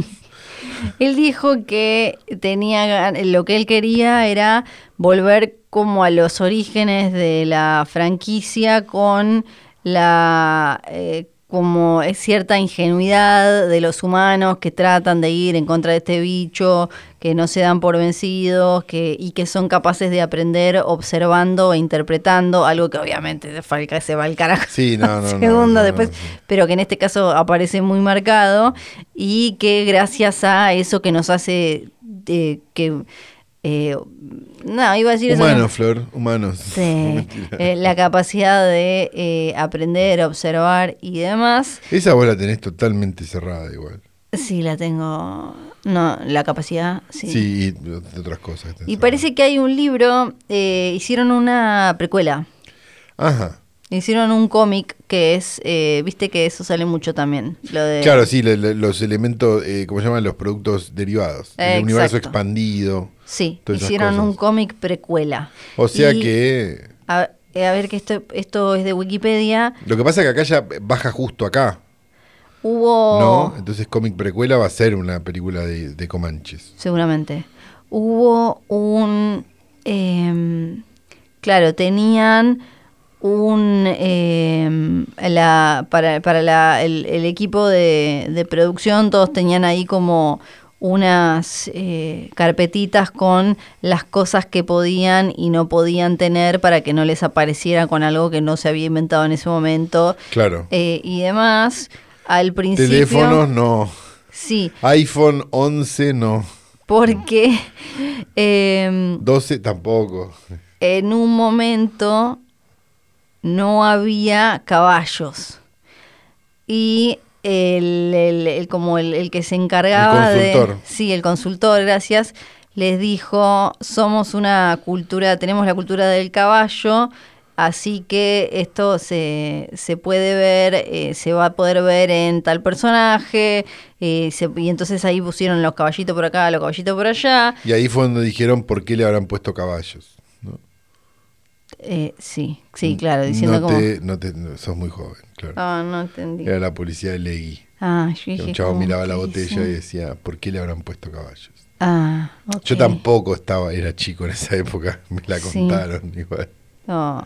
C: Él dijo que tenía gan- lo que él quería era volver como a los orígenes de la franquicia con la eh, como cierta ingenuidad de los humanos que tratan de ir en contra de este bicho, que no se dan por vencidos, que y que son capaces de aprender observando e interpretando, algo que obviamente de Falca se va al carajo.
B: Sí, no, no, no,
C: Segundo,
B: no, no,
C: después,
B: no.
C: pero que en este caso aparece muy marcado y que gracias a eso que nos hace eh, que eh, no iba a decir eso,
B: humanos,
C: no.
B: Flor, humanos.
C: Sí,
B: Mentira.
C: eh, la capacidad de eh, aprender, observar y demás.
B: Esa vos la tenés totalmente cerrada igual.
C: Sí, la tengo. No, la capacidad, sí.
B: Sí, y de otras cosas. que tenés
C: Y parece que hay un libro, eh, hicieron una precuela,
B: cerrada. Ajá.
C: hicieron un cómic que es, eh, viste que eso sale mucho también, lo de...
B: Claro, sí, le- le- los elementos, eh, ¿cómo se llaman? Los productos derivados.
C: Exacto.
B: El universo expandido.
C: Sí,
B: todas esas
C: hicieron
B: cosas.
C: un cómic precuela.
B: O sea
C: Y
B: que.
C: A, a ver, que esto, esto es de Wikipedia.
B: Lo que pasa es que acá ya baja justo acá,
C: Hubo. Oh.
B: ¿no? Entonces, cómic precuela va a ser una película de, de Comanches.
C: Seguramente. Hubo un. em, claro, tenían un. em, la, para para la- el, el equipo de, de producción, todos tenían ahí como unas eh, carpetitas con las cosas que podían y no podían tener para que no les apareciera con algo que no se había inventado en ese momento
B: Claro.
C: eh, y demás. Al principio.
B: Teléfonos no.
C: Sí,
B: iPhone 11 no.
C: porque em,
B: 12 tampoco.
C: en un momento no había caballos. Y el, el- el- como el, el que se encargaba
B: El consultor.
C: de. Sí, el consultor, gracias. Les dijo: somos una cultura, tenemos la cultura del caballo. Así que esto se, se puede ver, eh, se va a poder ver en tal personaje. eh, se- y entonces ahí pusieron los caballitos por acá, los caballitos por allá.
B: Y ahí fue donde dijeron por qué le habrán puesto caballos. ¿no?
C: Eh, sí, sí, claro, diciendo
B: Mm, no
C: como.
B: Te, no te, no, sos muy joven, claro.
C: Ah, no entendí.
B: Era la policía de Legui.
C: Ah, yo
B: Que
C: dije,
B: Un chavo
C: ¿cómo
B: miraba
C: que
B: la botella
C: hizo?
B: y decía, ¿por qué le habrán puesto caballos?
C: Ah, ok.
B: Yo tampoco estaba, era chico en esa época, me la
C: Sí.
B: contaron igual.
C: Oh.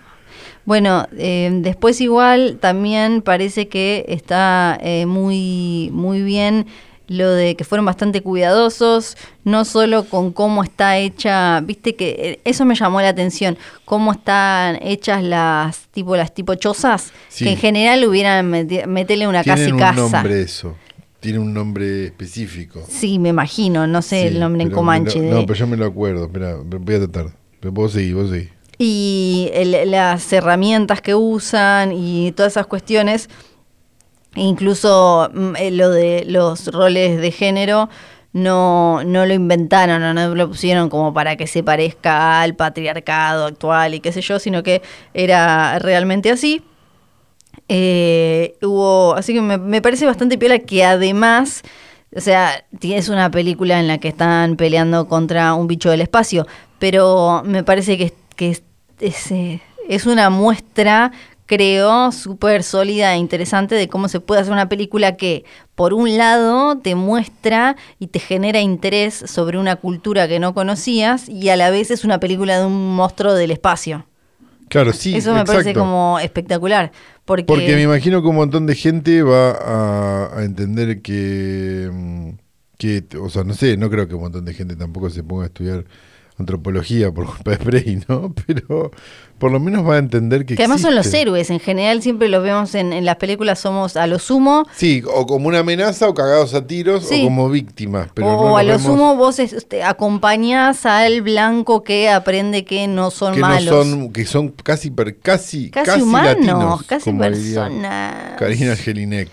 C: Bueno, eh, después igual también parece que está eh, muy, muy bien lo de que fueron bastante cuidadosos, no solo con cómo está hecha, viste que eh, eso me llamó la atención, cómo están hechas las tipo las tipo chozas,
B: Sí.
C: que en general hubieran meti- meterle una casa
B: Tienen
C: y
B: un
C: casa.
B: nombre eso, tiene un nombre específico.
C: Sí, me imagino, no sé el
B: Sí,
C: nombre en
B: pero me
C: Comanche.
B: lo-
C: de-
B: No, pero yo me lo acuerdo, espera, voy a tratar. Pero vos seguís, vos seguís.
C: y el- las herramientas que usan y todas esas cuestiones, incluso mm, eh, lo de los roles de género, no, no lo inventaron o no lo pusieron como para que se parezca al patriarcado actual y qué sé yo, sino que era realmente así. Eh, hubo, así que me, me parece bastante piola que además, o sea, tienes una película en la que están peleando contra un bicho del espacio, pero me parece que, que es, es, eh, es una muestra, creo, súper sólida e interesante de cómo se puede hacer una película que, por un lado, te muestra y te genera interés sobre una cultura que no conocías y a la vez es una película de un monstruo del espacio.
B: Claro, sí,
C: Eso me parece
B: exacto.
C: como espectacular. Porque,
B: Porque me imagino que un montón de gente va a, a entender que, mm, que, o sea, no sé, no creo que un montón de gente tampoco se ponga a estudiar antropología por culpa de Prey, ¿no? Pero por lo menos va a entender que...
C: que además son los
B: existe.
C: héroes, en general siempre los vemos en, en las películas, somos a lo sumo,
B: Sí, o como una amenaza o cagados a tiros
C: Sí.
B: o como víctimas. Pero
C: o
B: no
C: a lo
B: nos vemos
C: sumo vos es- te acompañás al blanco que aprende que no son
B: que no
C: malos.
B: son, que son casi, per- casi,
C: casi,
B: casi,
C: humanos,
B: latinos,
C: casi
B: como diría
C: personas.
B: Karina Gelinek.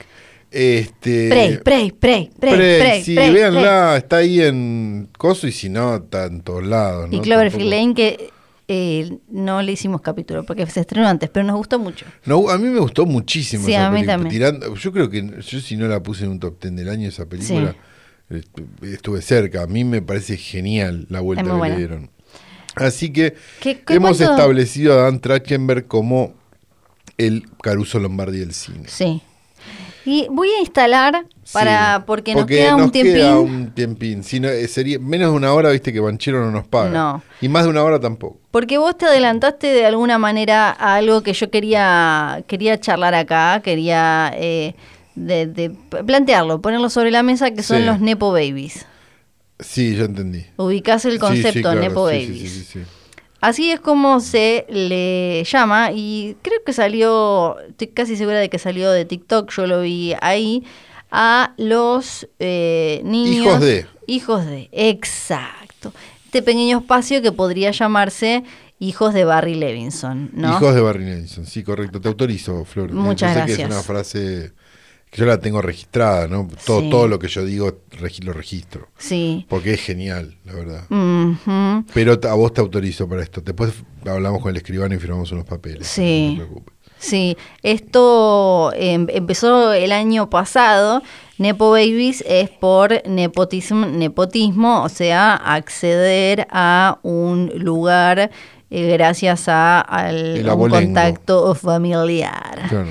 B: Este,
C: Prey, prey, prey, prey,
B: Prey,
C: prey,
B: sí,
C: prey, prey.
B: véanla, está ahí en Coso y si no, está en todos lados.
C: Y
B: ¿no?
C: Cloverfield
B: Tampoco-
C: Lane que eh, no le hicimos capítulo porque se estrenó antes, pero nos gustó mucho.
B: No, a mí me gustó muchísimo
C: Sí,
B: esa
C: a mí
B: película.
C: también.
B: Tirando- yo creo que yo si no la puse en un top ten del año esa película, est- estuve cerca. A mí me parece genial la vuelta
C: muy
B: que
C: buena.
B: le dieron. Así que
C: ¿Qué- qué-
B: hemos
C: cuánto-
B: establecido a Dan Trachtenberg como el Caruso Lombardi del cine.
C: Sí. Y voy a instalar para
B: Sí,
C: porque, nos queda un tiempín.
B: queda un tiempín. Si no, eh, sería menos de una hora, viste que Banchero no nos paga.
C: No.
B: Y más de una hora tampoco.
C: Porque vos te adelantaste de alguna manera a algo que yo quería, quería charlar acá, quería eh, de- de plantearlo, ponerlo sobre la mesa, que son
B: Sí.
C: los Nepo Babies.
B: Sí, yo entendí.
C: Ubicás el
B: Sí, sí,
C: concepto
B: claro,
C: Nepo
B: sí, sí,
C: Babies.
B: sí, sí, sí.
C: Así es como se le llama y creo que salió, estoy casi segura de que salió de TikTok, yo lo vi ahí, a los eh, niños.
B: Hijos de.
C: Hijos de, exacto. Este pequeño espacio que podría llamarse Hijos de Barry Levinson, ¿no?
B: Hijos de Barry Nelson, sí, correcto. Te autorizo, Flor. Me
C: Muchas
B: parece
C: gracias.
B: Que es una frase que yo la tengo registrada, ¿no? Todo,
C: Sí.
B: todo lo que yo digo regi- lo registro.
C: Sí.
B: Porque es genial, la verdad.
C: Ujú.
B: Pero t- a vos te autorizo para esto. Después hablamos con el escribano y firmamos unos papeles.
C: Sí.
B: No te preocupes.
C: Sí, esto em, empezó el año pasado. Nepo Babies es por nepotismo, nepotismo, o sea, acceder a un lugar eh, gracias a, al
B: El
C: a un
B: abolengo.
C: contacto familiar.
B: Claro.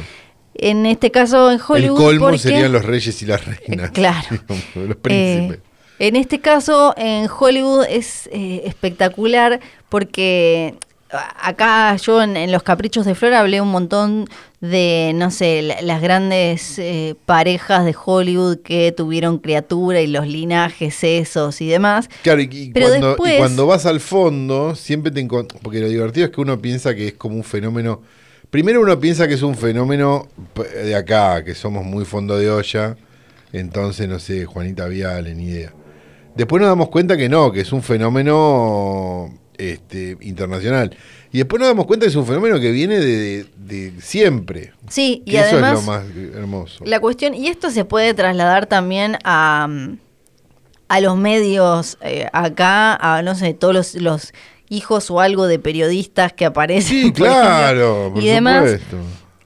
C: En este caso en
B: El
C: Hollywood.
B: colmo
C: porque-
B: serían los reyes y las reinas.
C: Eh, claro.
B: digamos, los príncipes.
C: eh, en este caso, en Hollywood es eh, espectacular porque a- acá yo en, en Los Caprichos de Flor hablé un montón de, no sé, la- las grandes eh, parejas de Hollywood que tuvieron criatura y los linajes esos y demás.
B: Claro, y, y
C: Pero
B: cuando, y
C: después-
B: cuando vas al fondo, siempre te encuentras. Porque lo divertido es que uno piensa que es como un fenómeno. Primero uno piensa que es un fenómeno p- de acá, que somos muy fondo de olla. Entonces, no sé, Juanita Viale, ni idea. Después nos damos cuenta que no, que es un fenómeno este, internacional. Y después nos damos cuenta que es un fenómeno que viene de, de siempre.
C: Sí, y
B: Que eso es
C: además...
B: lo más hermoso.
C: La cuestión, y esto se puede trasladar también a, mm, a los medios eh, acá, a no sé, todos los, los hijos o algo de periodistas que aparecen.
B: Sí,
C: por
B: claro,
C: ejemplo,
B: por
C: y demás.
B: supuesto.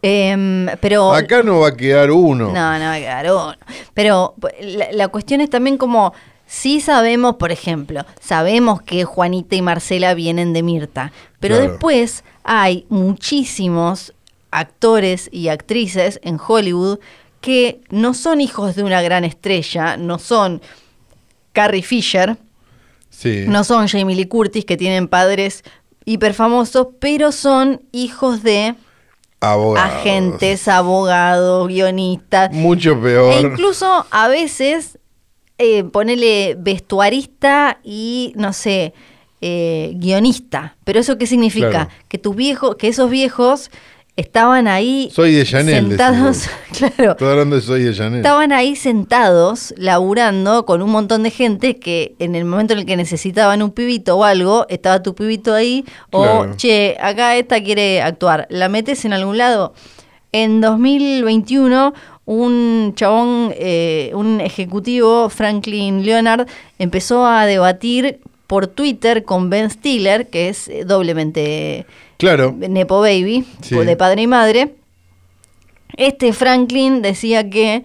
C: Em, pero.
B: Acá no va a quedar uno.
C: No, no, claro. no. Pero p- la, la cuestión es también como. Sí sabemos, por ejemplo, sabemos que Juanita y Marcela vienen de Mirta, pero
B: Claro.
C: después hay muchísimos actores y actrices en Hollywood que no son hijos de una gran estrella, no son Carrie Fisher,
B: Sí.
C: no son Jamie Lee Curtis, que tienen padres hiperfamosos, pero son hijos de
B: Abogados.
C: agentes, abogados, guionistas.
B: Mucho
C: E
B: peor.
C: incluso a veces eh, ponele vestuarista y no sé, eh, guionista. Pero eso qué significa?
B: Claro.
C: Que tus viejos, que esos viejos estaban ahí
B: Soy de Chanel, decís
C: sentados, claro,
B: Estoy hablando de Soy de Janet.
C: estaban ahí sentados laburando con un montón de gente que en el momento en el que necesitaban un pibito o algo, estaba tu pibito ahí o
B: Claro.
C: che, acá esta quiere actuar, la metes en algún lado. En 2021 un chabón, eh, un ejecutivo, Franklin Leonard, empezó a debatir por Twitter con Ben Stiller, que es eh, doblemente
B: Claro.
C: Nepo Baby,
B: Sí.
C: de padre y madre. Este Franklin decía que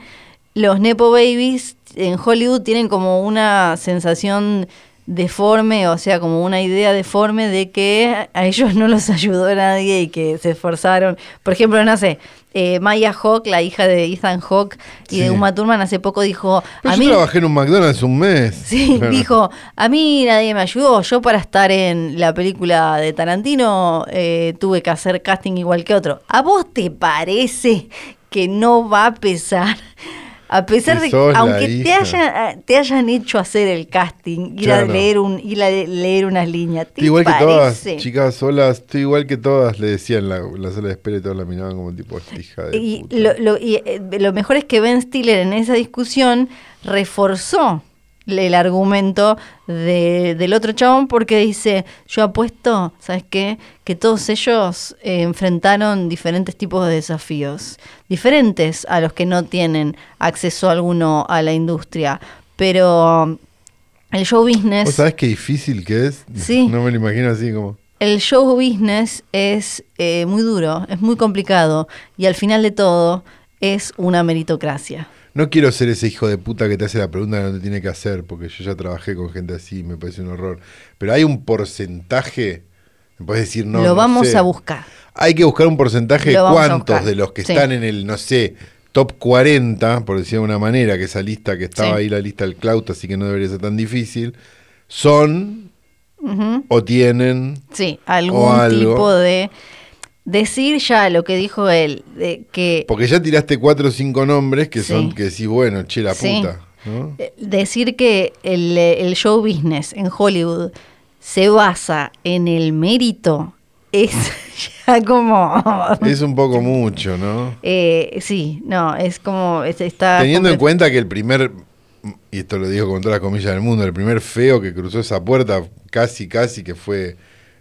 C: los Nepo Babies en Hollywood tienen como una sensación deforme, o sea, como una idea deforme de que a ellos no los ayudó nadie y que se esforzaron. Por ejemplo, no sé, eh, Maya Hawk, la hija de Ethan Hawk y de
B: Sí.
C: Uma Thurman, hace poco dijo,
B: Pero
C: a
B: yo
C: mí...
B: trabajé en un McDonald's un mes.
C: Sí,
B: Claro.
C: dijo, a mí nadie me ayudó. Yo para estar en la película de Tarantino eh, tuve que hacer casting igual que otro. ¿A vos te parece que no va a pesar? A pesar
B: Que
C: de
B: sos
C: que,
B: la
C: aunque te
B: hija.
C: hayan, te hayan hecho hacer el casting, ir
B: Claro.
C: a leer un, ir a leer unas líneas, ¿te
B: Estoy igual
C: parece?
B: que todas, chicas solas, estoy igual que todas, le decían la, la sala de espera y todas la miraban como tipo hija de
C: Y
B: puta".
C: lo, lo- y, eh, lo mejor es que Ben Stiller en esa discusión reforzó el argumento de- del otro chabón porque dice, yo apuesto, ¿sabes qué? Que todos ellos eh, enfrentaron diferentes tipos de desafíos, diferentes a los que no tienen acceso alguno a la industria, pero um, el show business...
B: ¿Vos sabés qué difícil que es?
C: Sí.
B: No me lo imagino así como.
C: El show business es eh, muy duro, es muy complicado y al final de todo es una meritocracia.
B: No quiero ser ese hijo de puta que te hace la pregunta que no te tiene que hacer, porque yo ya trabajé con gente así y me parece un horror. Pero hay un porcentaje Me puedes decir, no.
C: lo
B: no
C: vamos
B: sé.
C: a buscar.
B: Hay que buscar un porcentaje de
C: Lo vamos a
B: cuántos
C: buscar,
B: de los que
C: sí.
B: están en el, no sé, top 40, por decir de una manera, que esa lista que estaba
C: Sí.
B: ahí, la lista del Clout, así que no debería ser tan difícil, son
C: Ujú.
B: o tienen.
C: Sí, algún
B: O algo.
C: tipo de... Decir ya lo que dijo él, de que
B: Porque ya tiraste cuatro o cinco nombres que
C: Sí.
B: son, que decís, bueno, che, la
C: Sí.
B: puta. ¿no?
C: eh, decir que el, eh, el show business en Hollywood se basa en el mérito es ya como...
B: Es un poco mucho, ¿no?
C: Eh, sí, no, es como... es- está
B: Teniendo en
C: comple-
B: cuenta que el primer, y esto lo digo con todas las comillas del mundo, el primer feo que cruzó esa puerta, casi, casi que fue,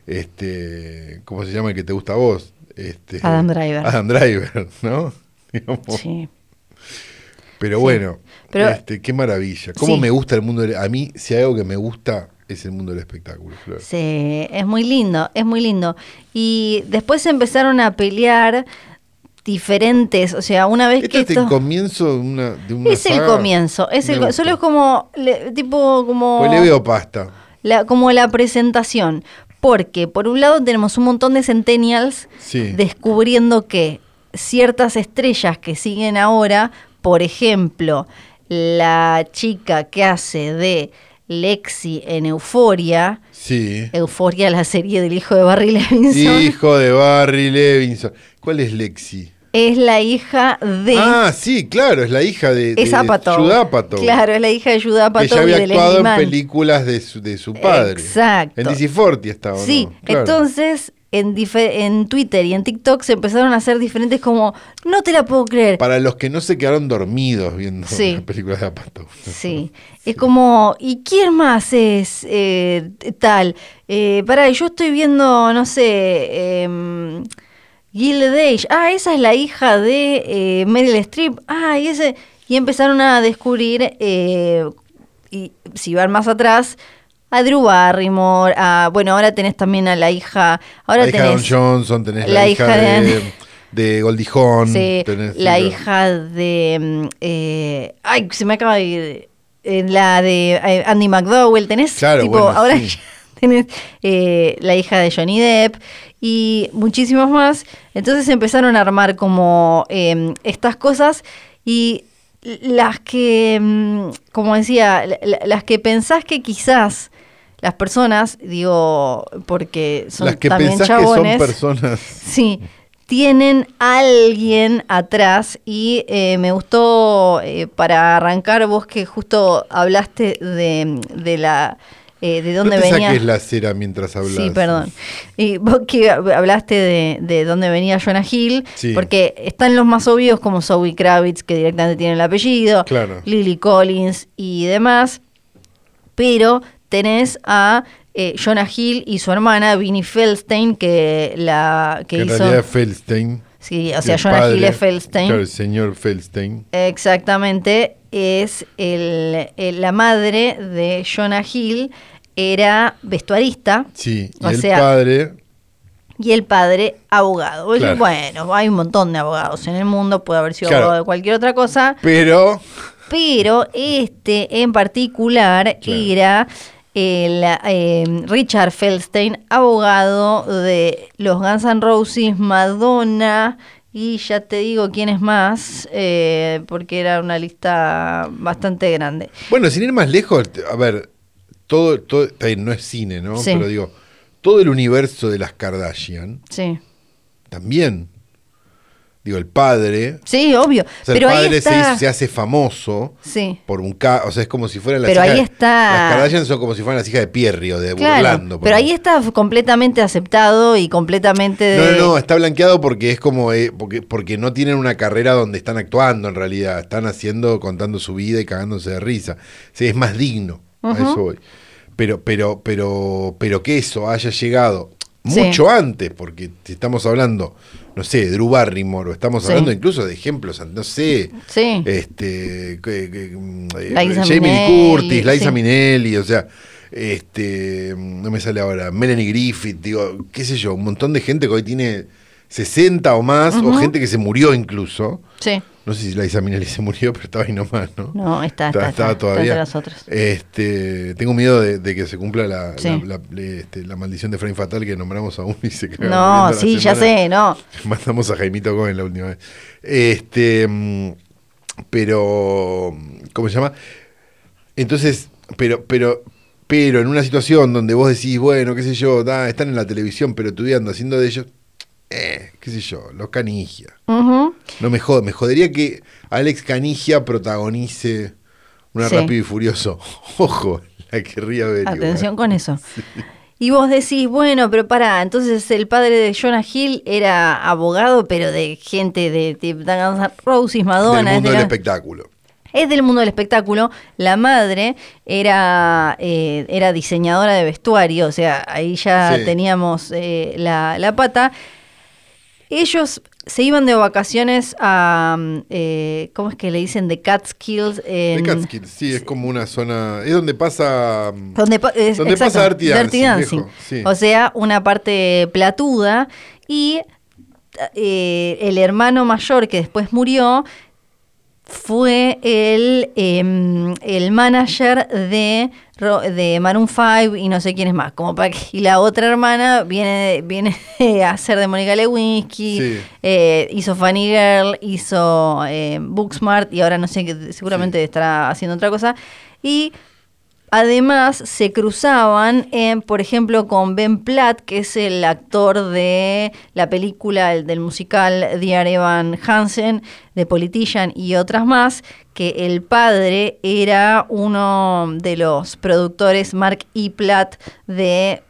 B: este, ¿cómo se llama el que te gusta a vos? Este,
C: Adam Driver.
B: Adam Driver, ¿no? Digamos,
C: Sí.
B: Pero bueno,
C: Pero-
B: este, qué maravilla. ¿Cómo
C: Sí.
B: me gusta el mundo del, A mí, si hay algo que me gusta, es el mundo del espectáculo, Flor.
C: Sí, es muy lindo, es muy lindo. Y después se empezaron a pelear diferentes, o sea, una vez
B: Este
C: que
B: es el
C: esto-
B: comienzo de una, de una
C: es el
B: saga.
C: comienzo, es
B: Me
C: el co-
B: gusta.
C: solo es como le- tipo como
B: Pues le veo pasta.
C: la, como la presentación, porque por un lado tenemos un montón de centennials
B: Sí.
C: descubriendo que ciertas estrellas que siguen ahora, por ejemplo, la chica que hace de Lexi en Euforia,
B: Sí.
C: Euforia, la serie del hijo de Barry Levinson.
B: Hijo de Barry Levinson. ¿Cuál es Lexi?
C: Es la hija de.
B: Ah, sí, claro, es la hija de, de
C: es Apatow.
B: Judd Apatow,
C: Claro, es la hija de Judd
B: Que
C: Apatow
B: ya
C: y
B: había
C: de
B: actuado
C: Leslie
B: en
C: Mann.
B: películas de su, de su padre.
C: Exacto.
B: En DC Forty estaba. ¿no?
C: Sí,
B: Claro.
C: entonces en, dife- en Twitter y en TikTok se empezaron a hacer diferentes, como, no te la puedo creer.
B: Para los que no se quedaron dormidos viendo
C: Sí.
B: las películas de Apatow.
C: Sí. Es como, ¿y quién más es eh, t- tal? Eh, pará, yo estoy viendo, no sé, eh, Gilded Age. Ah, esa es la hija de eh, Meryl Streep. Ah, y ese. Y empezaron a descubrir, eh, y si van más atrás, a Drew Barrymore. a- bueno, ahora tenés también a la hija. Ahora
B: la hija de Don
C: tenés.
B: Johnson, tenés la,
C: la
B: hija,
C: hija de-
B: de, de Goldie Hawn.
C: Sí,
B: tenés-
C: la
B: sí,
C: hija de. mm, eh, ay, se me acaba de ir. eh, la de eh, Andy McDowell. Tenés.
B: Claro,
C: tipo,
B: bueno,
C: ahora
B: sí.
C: ya tenés eh, la hija de Johnny Depp y muchísimas más. Entonces empezaron a armar como eh, estas cosas y las que, mm, como decía, la- la- las que pensás que quizás las personas, digo, porque son
B: Las que
C: también
B: pensás
C: chabones.
B: que son personas.
C: Sí, tienen alguien atrás y eh, me gustó eh, para arrancar vos que justo hablaste de, de la eh, de dónde
B: no te
C: venía.
B: saques la cera mientras hablas.
C: Sí, perdón. Y vos que hablaste de, de dónde venía Jonah Hill,
B: Sí.
C: porque están los más obvios como Zoe Kravitz, que directamente tiene el apellido,
B: Claro.
C: Lily Collins y demás, pero tenés a eh, Jonah Hill y su hermana, Vinnie Feldstein, que la que,
B: Que en
C: hizo...
B: realidad es Feldstein.
C: Sí, o sea,
B: el
C: Jonah Hill
B: padre,
C: es Feldstein.
B: Claro, el señor Feldstein.
C: Exactamente, es el- el- la madre de Jonah Hill, era vestuarista.
B: Sí, y
C: O
B: el
C: sea,
B: padre.
C: y el padre abogado. Vos decís,
B: Claro.
C: Bueno, hay un montón de abogados en el mundo, puede haber sido
B: Claro.
C: abogado de cualquier otra cosa,
B: Pero.
C: pero este en particular
B: Claro.
C: era el eh, Richard Feldstein, abogado de los Guns N' Roses, Madonna. Y ya te digo quién es más, eh, porque era una lista bastante grande.
B: Bueno, sin ir más lejos, te- a ver, todo. todo está bien, no es cine, ¿no?
C: Sí.
B: Pero digo, todo el universo de las Kardashian
C: Sí,
B: también. Digo, el padre.
C: sí, obvio.
B: O sea,
C: pero
B: el
C: ahí
B: padre se
C: está.
B: hizo- se hace famoso.
C: sí.
B: por un ca o sea, es como si fueran las
C: Pero
B: hijas
C: ahí
B: de-
C: está.
B: Las Kardashian son como si fueran las hijas de Pierri o de Burlando.
C: Claro,
B: por
C: pero ahí
B: ejemplo.
C: está completamente aceptado y completamente
B: No, no,
C: de...
B: no, está blanqueado porque es como eh, porque, porque no tienen una carrera donde están actuando en realidad, están haciendo, contando su vida y cagándose de risa. Sí, es más digno, a eso voy. Pero, pero, pero, pero que eso haya llegado
C: Sí.
B: mucho antes, porque si estamos hablando, no sé, de Drew Barrymore, o estamos
C: Sí.
B: hablando incluso de ejemplos, no sé,
C: Sí.
B: este que- que, mm, eh,
C: Liza
B: Jamie Lee
C: Minnelli,
B: Curtis, Liza
C: sí.
B: Minelli, o sea, este, mm, no me sale ahora, Melanie Griffith, digo, qué sé yo, un montón de gente que hoy tiene 60 o más, o gente que se murió incluso,
C: Sí,
B: No sé si la Isaminelli se murió, pero estaba ahí nomás, ¿no?
C: No, está,
B: Ta-
C: está,
B: estaba
C: está,
B: todavía.
C: está entre las otras.
B: Este, tengo miedo de, de que se cumpla la,
C: Sí.
B: la- la- este, la maldición de Frame Fatal que nombramos a uno y se caga muriendo
C: No,
B: la
C: sí, ya
B: semana.
C: sé, no.
B: Matamos a Jaimito Cohen la última vez. Este, mm, pero, ¿cómo se llama? Entonces, pero, pero, pero en una situación donde vos decís, bueno, qué sé yo, da, están en la televisión pelotudeando, haciendo de ellos, eh, qué sé yo, los Canigia.
C: Ujú.
B: No me jode, me jodería que Alex Canigia protagonice una
C: Sí.
B: rápido y furioso. Ojo, la querría ver. igual.
C: Atención con eso. Y vos decís, bueno, pero pará, entonces el padre de Jonah Hill era abogado, pero de gente de, de Guns N' Roses,
B: Del
C: Madonna. es
B: mundo
C: de
B: del
C: Guns-
B: espectáculo.
C: es del mundo del espectáculo. La madre era, eh, era diseñadora de vestuario, o sea, ahí ya
B: Sí.
C: teníamos eh, la, la pata. Ellos se iban de vacaciones a, mm, eh, ¿cómo es que le dicen? The Catskills.
B: De
C: en-
B: Catskills, sí, es como una zona. Es donde pasa. mm,
C: Donde, pa- es-
B: Donde
C: exacto,
B: pasa Dirty Dancing, viejo, sí.
C: O sea, una parte platuda. Y eh, el hermano mayor que después murió fue el, em, el manager de, Ro- de Maroon 5 y no sé quién es más. Como para que- y la otra hermana viene, viene a ser de Mónica Lewinsky,
B: Sí.
C: eh, hizo Funny Girl, hizo eh, Booksmart y ahora no sé, qué- seguramente estará haciendo otra cosa. Y Además, se cruzaban, en, por ejemplo, con Ben Platt, que es el actor de la película el del musical Dear Evan Hansen, de Politician y otras más, que el padre era uno de los productores, Mark E. Platt, de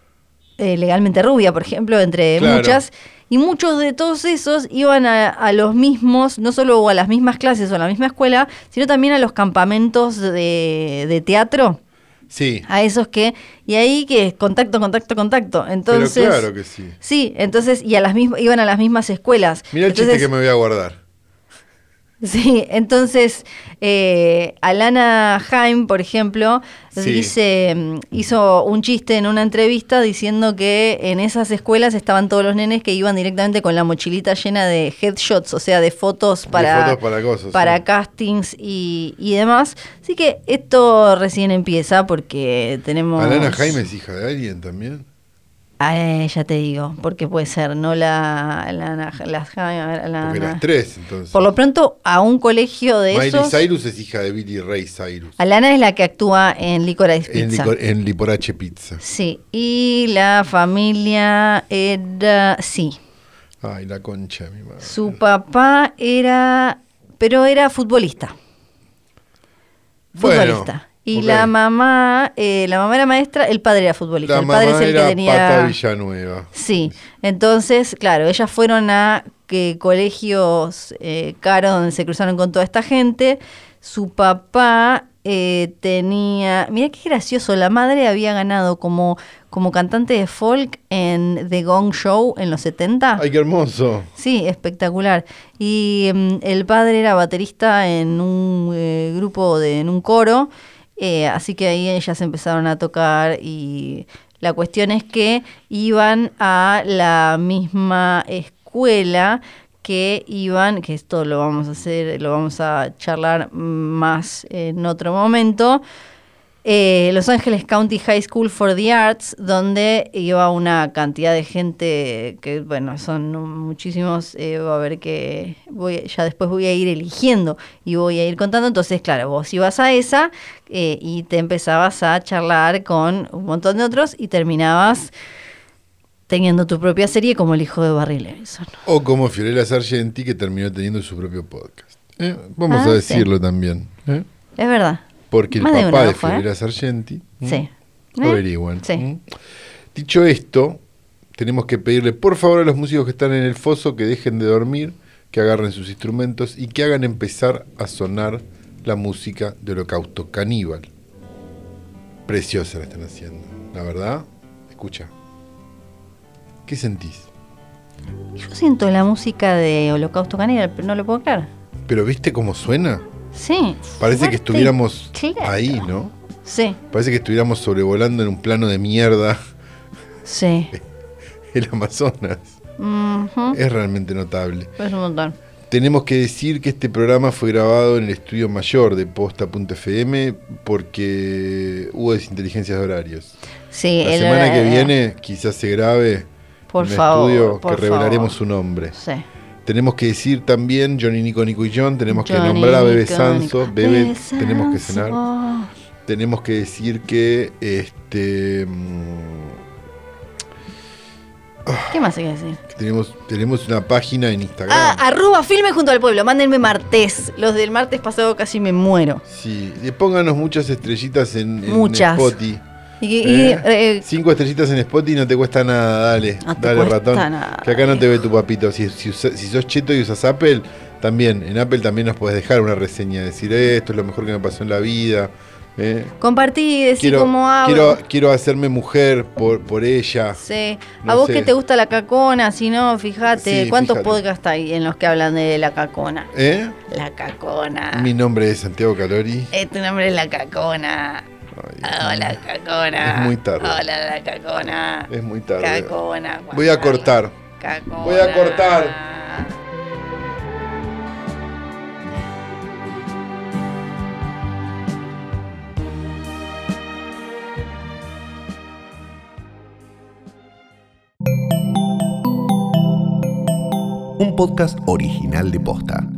C: eh, Legalmente Rubia, por ejemplo, entre
B: Claro.
C: muchas. Y muchos de todos esos iban a, a los mismos, no solo a las mismas clases o a la misma escuela, sino también a los campamentos de, de teatro,
B: Sí.
C: a esos que... Y ahí que es contacto, contacto, contacto. Entonces...
B: pero claro que sí.
C: Sí, entonces, y a las mismas, iban a las mismas escuelas.
B: Mira el
C: Entonces,
B: chiste que me voy a guardar.
C: Sí, entonces eh, Alana Haim, por ejemplo,
B: Sí.
C: dice, mm, hizo un chiste en una entrevista diciendo que en esas escuelas estaban todos los nenes que iban directamente con la mochilita llena de headshots, o sea, de fotos para,
B: fotos para cosas,
C: para
B: sí.
C: castings y, y demás. Así que esto recién empieza porque tenemos...
B: Alana Jaime es hija de alguien también.
C: Ah, ya te digo, porque puede ser, no la... la, la- la- la-
B: Porque las tres, entonces.
C: Por lo pronto, a un colegio de
B: Miley
C: esos...
B: Cyrus es hija de Billy Ray Cyrus.
C: Alana es la que actúa en Licorice
B: En,
C: Pizza.
B: licor- en Liporache Pizza.
C: Sí, y la familia era, sí,
B: Ay, la concha de mi madre.
C: su papá era, pero era futbolista.
B: Bueno,
C: Futbolista. Y
B: ok.
C: la mamá, eh, la mamá era maestra, el padre era futbolista.
B: La
C: el padre
B: mamá
C: es el
B: era
C: que tenía.
B: Pata Villanueva.
C: Sí, entonces, claro, ellas fueron a que colegios eh, caros donde se cruzaron con toda esta gente. Su papá eh, tenía, mira qué gracioso, la madre había ganado como, como cantante de folk en The Gong Show en los 70.
B: Ay, qué hermoso.
C: Sí, espectacular. Y mm, el padre era baterista en un eh, grupo, de, en un coro, eh, así que ahí ellas empezaron a tocar y la cuestión es que iban a la misma escuela que iban, que esto lo vamos a hacer, lo vamos a charlar más en otro momento, eh, Los Ángeles County High School for the Arts, donde iba una cantidad de gente que, bueno, son muchísimos, eh, va a ver que voy, ya después voy a ir eligiendo y voy a ir contando. Entonces, claro, vos ibas a esa eh, y te empezabas a charlar con un montón de otros y terminabas teniendo tu propia serie como el hijo de Barry Levinson.
B: O como Fiorella Sargenti, que terminó teniendo su propio podcast. Eh, Vamos
C: Ah,
B: a
C: sí.
B: decirlo también. eh,
C: Es verdad.
B: Porque el
C: Más
B: papá
C: una
B: de,
C: ojo, ¿eh?
B: Fiorella Sargenti. ¿m?
C: Sí.
B: Mm. Lo
C: ¿Eh?
B: averigüen.
C: Sí.
B: ¿Mm? Dicho esto, tenemos que pedirle por favor a los músicos que están en el foso que dejen de dormir, que agarren sus instrumentos y que hagan empezar a sonar la música de Holocausto Caníbal. Preciosa la están haciendo, la verdad. Escucha. ¿Qué sentís?
C: Yo siento la música de Holocausto Caníbal, pero no lo puedo creer.
B: ¿Pero viste cómo suena?
C: Sí.
B: Parece
C: fuerte
B: que
C: y
B: estuviéramos
C: claro.
B: ahí, ¿no?
C: Sí,
B: Parece que estuviéramos sobrevolando en un plano de mierda
C: sí.
B: el Amazonas.
C: Ujú.
B: Es realmente notable.
C: Es un montón.
B: Te- Tenemos que decir que este programa fue grabado en el estudio mayor de posta.fm porque hubo desinteligencias de horarios.
C: Sí,
B: La
C: el
B: semana que
C: horario-
B: viene quizás se grabe
C: Por
B: un
C: favor,
B: estudio
C: por
B: que revelaremos
C: favor.
B: su nombre.
C: Sí.
B: Tenemos que decir también Johnny Nico Nico y John, tenemos que
C: Johnny,
B: nombrar a Bebe
C: Nico,
B: Sanso,
C: Nico.
B: Bebe
C: Bebe
B: tenemos que cenar,
C: Sanso.
B: tenemos que decir que este mm,
C: ¿Qué más hay que decir?
B: tenemos, tenemos una página en Instagram.
C: Ah, arroba filme junto al pueblo. Mándenme martes. Los del martes pasado casi me muero.
B: Sí, y pónganos muchas estrellitas en, en
C: Muchas.
B: Spotify.
C: Y, y-
B: ¿Eh?
C: eh,
B: Cinco estrellitas en Spotify no te cuesta nada, dale.
C: No te
B: dale,
C: cuesta
B: ratón.
C: nada,
B: que acá no te ve tu papito. Si, si, usa- si sos cheto y usas Apple, también. En Apple también nos podés dejar una reseña. Decir, "Eh, esto es lo mejor que me pasó en la vida. eh.
C: compartí, decí
B: Quiero,
C: cómo hablo.
B: quiero, quiero hacerme mujer por, por ella.
C: Sí. A
B: No
C: vos
B: sé.
C: que te gusta la cacona, si no, fíjate.
B: Sí,
C: ¿Cuántos
B: fíjate.
C: podcasts hay en los que hablan de la cacona?
B: ¿Eh?
C: La cacona.
B: Mi nombre es Santiago Calori.
C: Este nombre es la cacona.
B: Ay,
C: ah, Hola, cacona.
B: Es muy tarde.
C: Hola, la cacona.
B: es muy tarde.
C: Cacona.
B: Voy a
C: guacala.
B: cortar.
C: Cacona.
B: Voy a cortar.
A: Un podcast original de Posta.